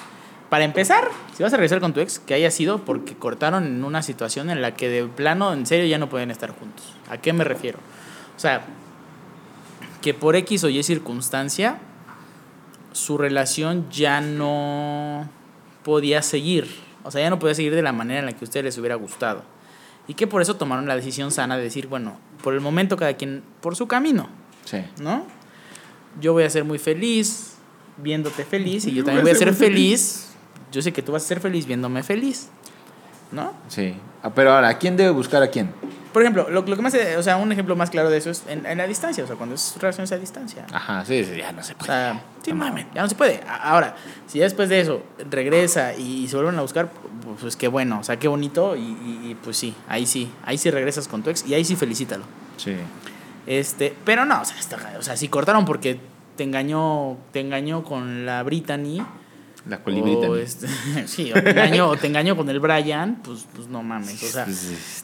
B: para empezar, si vas a regresar con tu ex, que haya sido porque cortaron en una situación en la que de plano, en serio, ya no pueden estar juntos. ¿A qué me refiero? O sea, que por X o Y circunstancia, su relación ya no podía seguir. O sea, ya no podía seguir de la manera en la que a ustedes les hubiera gustado. Y que por eso tomaron la decisión sana de decir, bueno, por el momento cada quien por su camino,
A: Sí.
B: ¿no? Yo voy a ser muy feliz viéndote feliz y yo también voy a ser feliz. Yo sé que tú vas a ser feliz viéndome feliz, ¿no?
A: Sí. Ah, Pero ahora, ¿quién debe buscar a quién?
B: Por ejemplo, lo, lo que más, eh, o sea, un ejemplo más claro de eso es en, en la distancia, o sea, cuando es relaciones a distancia.
A: Ajá, sí, sí, ya no se
B: O
A: puede.
B: sea, sí, mamen, ya no se puede. A- Ahora, si ya después de eso regresa y, se vuelven a buscar, pu- pues qué bueno, o sea, qué bonito y, y- y, pues sí, ahí sí, ahí sí regresas con tu ex y ahí sí felicítalo.
A: Sí.
B: Este, pero no, o sea, está- o sea, si cortaron porque te engañó, te engañó con la Brittany.
A: La
B: o este, sí, o te engañó, o te engañó con el Brian, pues, pues no mames, o sea,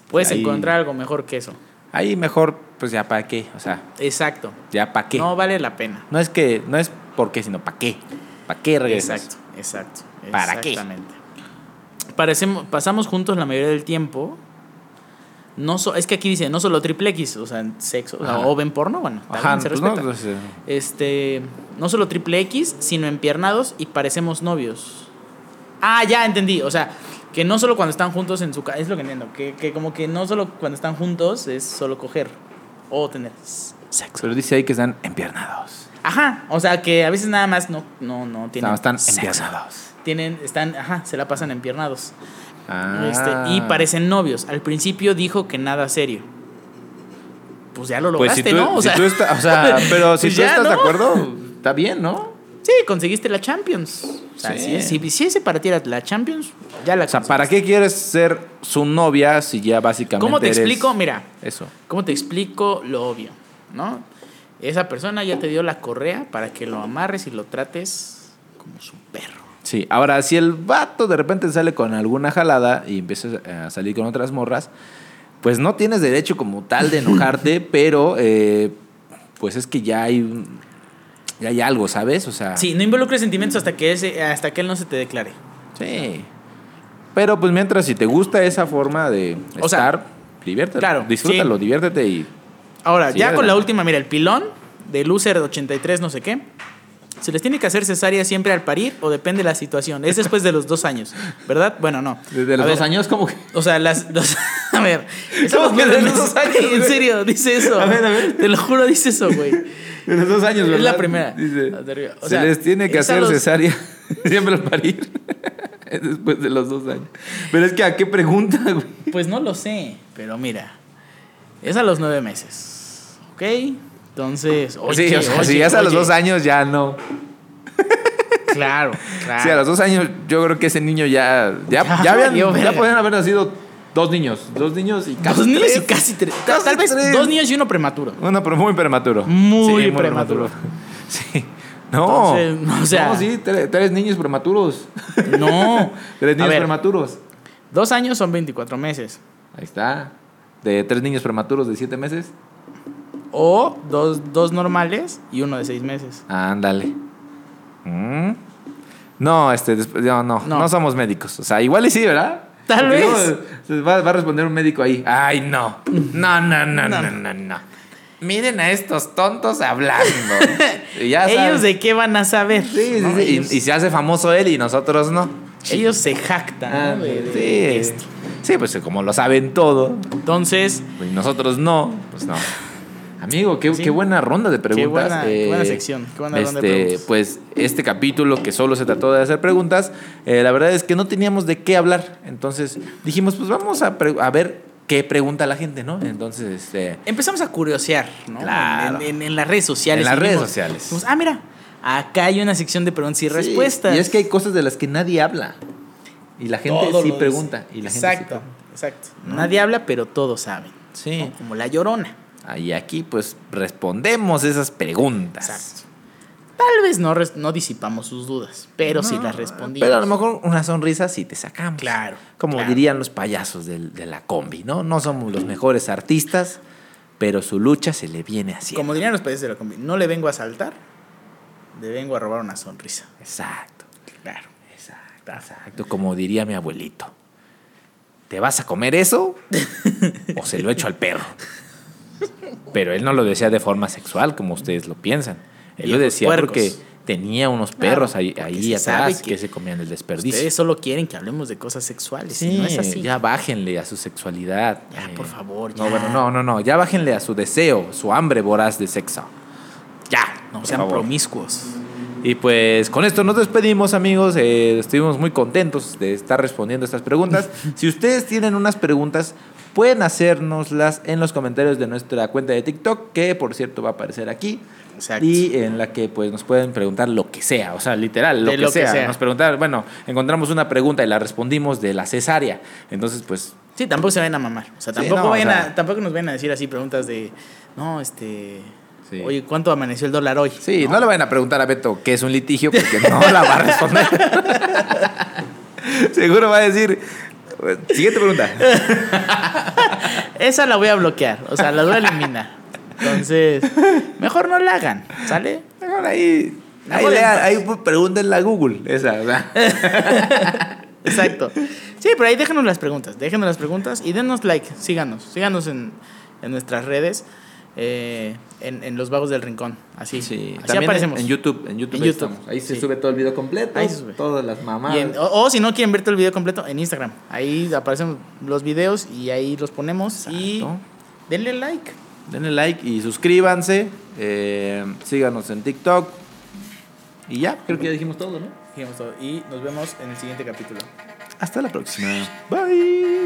B: puedes
A: Ahí-
B: encontrar algo mejor que eso.
A: Ahí mejor, pues ya para qué, o sea,
B: Exacto.
A: ya para qué.
B: No
A: No,
B: vale la pena.
A: es que, no es por qué, sino para qué. ¿Para qué regresas?
B: Exacto, exacto.
A: ¿Para qué?
B: Exactamente. Parecemos, pasamos juntos la mayoría del tiempo. No so- es que aquí dice no solo triple X, o sea, sexo, o, sea,
A: Ajá.
B: o ven porno, bueno,
A: Ajá,
B: también se
A: pues no,
B: respeta.
A: pues, eh,
B: Este, no solo triple X, sino empiernados y parecemos novios. Ah, ya entendí, o sea, que no solo cuando están juntos en su casa, es lo que entiendo, que, que como que no solo cuando están juntos es solo coger o tener sexo.
A: pero dice ahí que están empiernados.
B: Ajá, o sea, que a veces nada más no no no tienen
A: No, están
B: sexo.
A: empiernados.
B: Tienen, están, ajá, se la pasan empiernados.
A: Ah.
B: Este, y parecen novios. Al principio dijo que nada serio. Pues ya lo
A: Pues
B: lograste,
A: si tú,
B: ¿no? O
A: si
B: sea,
A: tú está- o sea, pero si
B: Pues
A: tú
B: ya,
A: estás de
B: ¿no?
A: acuerdo, está bien, ¿no?
B: sí, conseguiste la Champions. O sea,
A: Sí.
B: si, si, si ese para ti era la Champions, ya la
A: O sea,
B: conseguiste.
A: ¿para qué quieres ser su novia si ya básicamente
B: ¿Cómo te
A: eres
B: explico? Mira,
A: Eso.
B: ¿cómo te explico lo obvio? ¿No? Esa persona ya te dio la correa para que lo amarres y lo trates como su perro.
A: Sí, ahora si el vato de repente sale con alguna jalada y empiezas a salir con otras morras, pues no tienes derecho como tal de enojarte, pero eh, pues es que ya hay, un- ya hay algo, ¿sabes? O sea,
B: Sí, no involucres sentimientos hasta que, ese, hasta que él no se te declare.
A: sí. Pero pues mientras si te gusta esa forma de
B: O sea,
A: estar, diviértete,
B: claro,
A: disfrútalo,
B: sí.
A: diviértete y
B: Ahora,
A: Sí,
B: ya
A: adelante.
B: con la última, mira, el pilón de loser de 83, no sé qué. ¿Se les tiene que hacer cesárea siempre al parir o depende de la situación? Es después de los dos años, ¿verdad? Bueno, no.
A: desde los
B: A
A: dos
B: ver,
A: años como que
B: O sea, las. los- a ver.
A: ¿Cómo
B: estamos
A: que de
B: con-
A: los dos años,
B: En
A: güey?
B: serio, dice eso.
A: A ver, a ver.
B: Te lo juro, dice eso, güey.
A: desde los dos años,
B: Es
A: ¿verdad?
B: la primera.
A: Dice,
B: Hasta arriba. O
A: se
B: sea,
A: les tiene que
B: es a
A: hacer
B: los-
A: cesárea siempre al parir. Es Después de los dos años. Pero es que a qué pregunta, güey.
B: Pues no lo sé, pero mira. Es a los nueve meses. ¿Ok? Entonces, oye,
A: sí, o sea, si
B: oye,
A: ya es a los
B: oye.
A: dos años, ya no.
B: Claro, claro.
A: Sí, a los dos años yo creo que ese niño ya. Ya,
B: Ya
A: ya, habían-
B: valió
A: ya
B: verga.
A: podían haber nacido dos niños. Dos niños y casi.
B: dos niños
A: tres.
B: y casi tres.
A: Casi
B: Tal vez
A: tres.
B: dos niños y uno prematuro.
A: Bueno, pero muy prematuro.
B: Muy
A: Sí,
B: prematuro.
A: Sí. No.
B: Entonces, o sea-
A: No, sí, tre- tres niños prematuros.
B: No.
A: Tres
B: A
A: niños
B: ver,
A: prematuros.
B: Dos años son 24 meses.
A: Ahí está. De tres niños prematuros de siete meses.
B: O dos, dos normales y uno de seis meses.
A: Ándale. Mm. No, este, desp- no, no,
B: No.
A: no, somos médicos. O sea, igual y sí, ¿verdad?
B: Tal
A: luego,
B: vez.
A: eh, va, va a responder un médico ahí. Ay, no. No, no, no, no, no, no. Miren a estos tontos hablando. Y ya
B: ¿Ellos
A: sabes.
B: de qué van a saber?
A: Sí, sí,
B: ¿No?
A: sí. Y-
B: Ellos,
A: Y, se hace famoso él y nosotros no.
B: ellos se jactan.
A: Ah,
B: ¿no? de- de- de
A: sí.
B: esto.
A: sí, pues como lo saben todo
B: Entonces,
A: y nosotros no, pues no. Amigo, qué,
B: Sí.
A: qué buena ronda de preguntas. eh,
B: buena- qué buena sección, qué buena ronda de
A: este,
B: preguntas.
A: Pues este capítulo que solo se trató de hacer preguntas, eh, la verdad es que no teníamos de qué hablar. Entonces dijimos, pues vamos a, pre- a ver qué pregunta la gente, ¿no? Entonces, este,
B: empezamos a curiosear, ¿no?
A: Claro.
B: En, en- en las redes sociales.
A: En las
B: Y
A: redes sociales.
B: dijimos, ah, mira, acá hay una sección de preguntas y
A: sí,
B: respuestas.
A: Y es que hay cosas de las que nadie habla. Y la gente
B: Todo
A: sí
B: lo
A: pregunta.
B: dice.
A: Y la
B: exacto,
A: Gente
B: exacto. Nadie habla, pero todos saben.
A: sí pregunta.
B: ¿no? Como la
A: Sí.
B: llorona.
A: Y aquí pues respondemos esas preguntas.
B: Exacto. Tal vez no, res- no disipamos sus dudas, pero sí las respondimos.
A: Pero a lo mejor una sonrisa sí te sacamos.
B: Claro,
A: Como
B: claro.
A: dirían los payasos del- de, la combi, ¿no? No somos los mejores artistas, pero su lucha se le viene así.
B: Como dirían los países de la combi, no le vengo a saltar, le vengo a robar una sonrisa.
A: Exacto,
B: Claro.
A: exacto, exacto. Como diría mi abuelito. ¿Te vas a comer eso? o se lo echo al perro. Pero él no lo decía de forma sexual, como ustedes lo piensan. Él lo
B: Viejos
A: decía
B: puercos.
A: porque tenía unos perros ahí,
B: porque
A: ahí
B: se sabe
A: atrás
B: que
A: que, se comían el desperdicio.
B: Ustedes solo quieren que hablemos de cosas sexuales, y
A: Sí,
B: no es así.
A: Ya bájenle a su sexualidad. Eh,
B: Ya, por favor,
A: No,
B: ya.
A: bueno, no, no, no. Ya bájenle a su deseo, su hambre voraz de sexo.
B: Ya, no
A: Por
B: sean
A: favor.
B: promiscuos.
A: Y pues con esto nos despedimos, amigos. Eh, estuvimos muy contentos de estar respondiendo estas preguntas. si ustedes tienen unas preguntas, pueden hacérnoslas en los comentarios de nuestra cuenta de TikTok, que por cierto va a aparecer aquí.
B: Exacto.
A: Y en la que pues nos pueden preguntar lo que sea, o sea, literal, lo,
B: De
A: que,
B: lo que
A: sea.
B: sea.
A: Nos preguntaron, bueno, encontramos una pregunta y la respondimos de la cesárea. Entonces, pues
B: Sí, tampoco se vayan a mamar. O sea,
A: Sí,
B: tampoco,
A: no, o
B: vayan
A: sea-
B: a- tampoco nos vayan a decir así preguntas de, no, este,
A: Sí.
B: oye, ¿cuánto amaneció el dólar hoy?
A: Sí, no, le vayan a preguntar a Beto qué es un litigio porque no la va a responder. Seguro va a decir. Siguiente pregunta.
B: Esa la voy a bloquear, o sea, la voy a eliminar. Entonces, mejor no la hagan, ¿sale?
A: Mejor ahí. Ahí,
B: Mejor
A: lean,
B: en-
A: ahí pues, pregúntenle a Google. Esa, o sea.
B: Exacto. Sí, pero ahí déjanos las preguntas, déjanos las preguntas y denos like, síganos, síganos en, en nuestras redes, eh, en, en Los Vagos del Rincón, así, así
A: También
B: aparecemos.
A: En YouTube. En YouTube,
B: En
A: ahí
B: YouTube,
A: estamos. Ahí se
B: sí.
A: sube todo el video completo.
B: Ahí se sube.
A: Todas las mamás.
B: Y en- o, o si no quieren ver todo el video completo, en Instagram. Ahí aparecen los videos y ahí los ponemos. Y
A: Exacto.
B: denle like.
A: Denle like y suscríbanse. eh, síganos en TikTok. Y ya, creo que ya dijimos todo, ¿no?
B: Dijimos todo. Y nos vemos en el siguiente capítulo.
A: Hasta la próxima. Bye.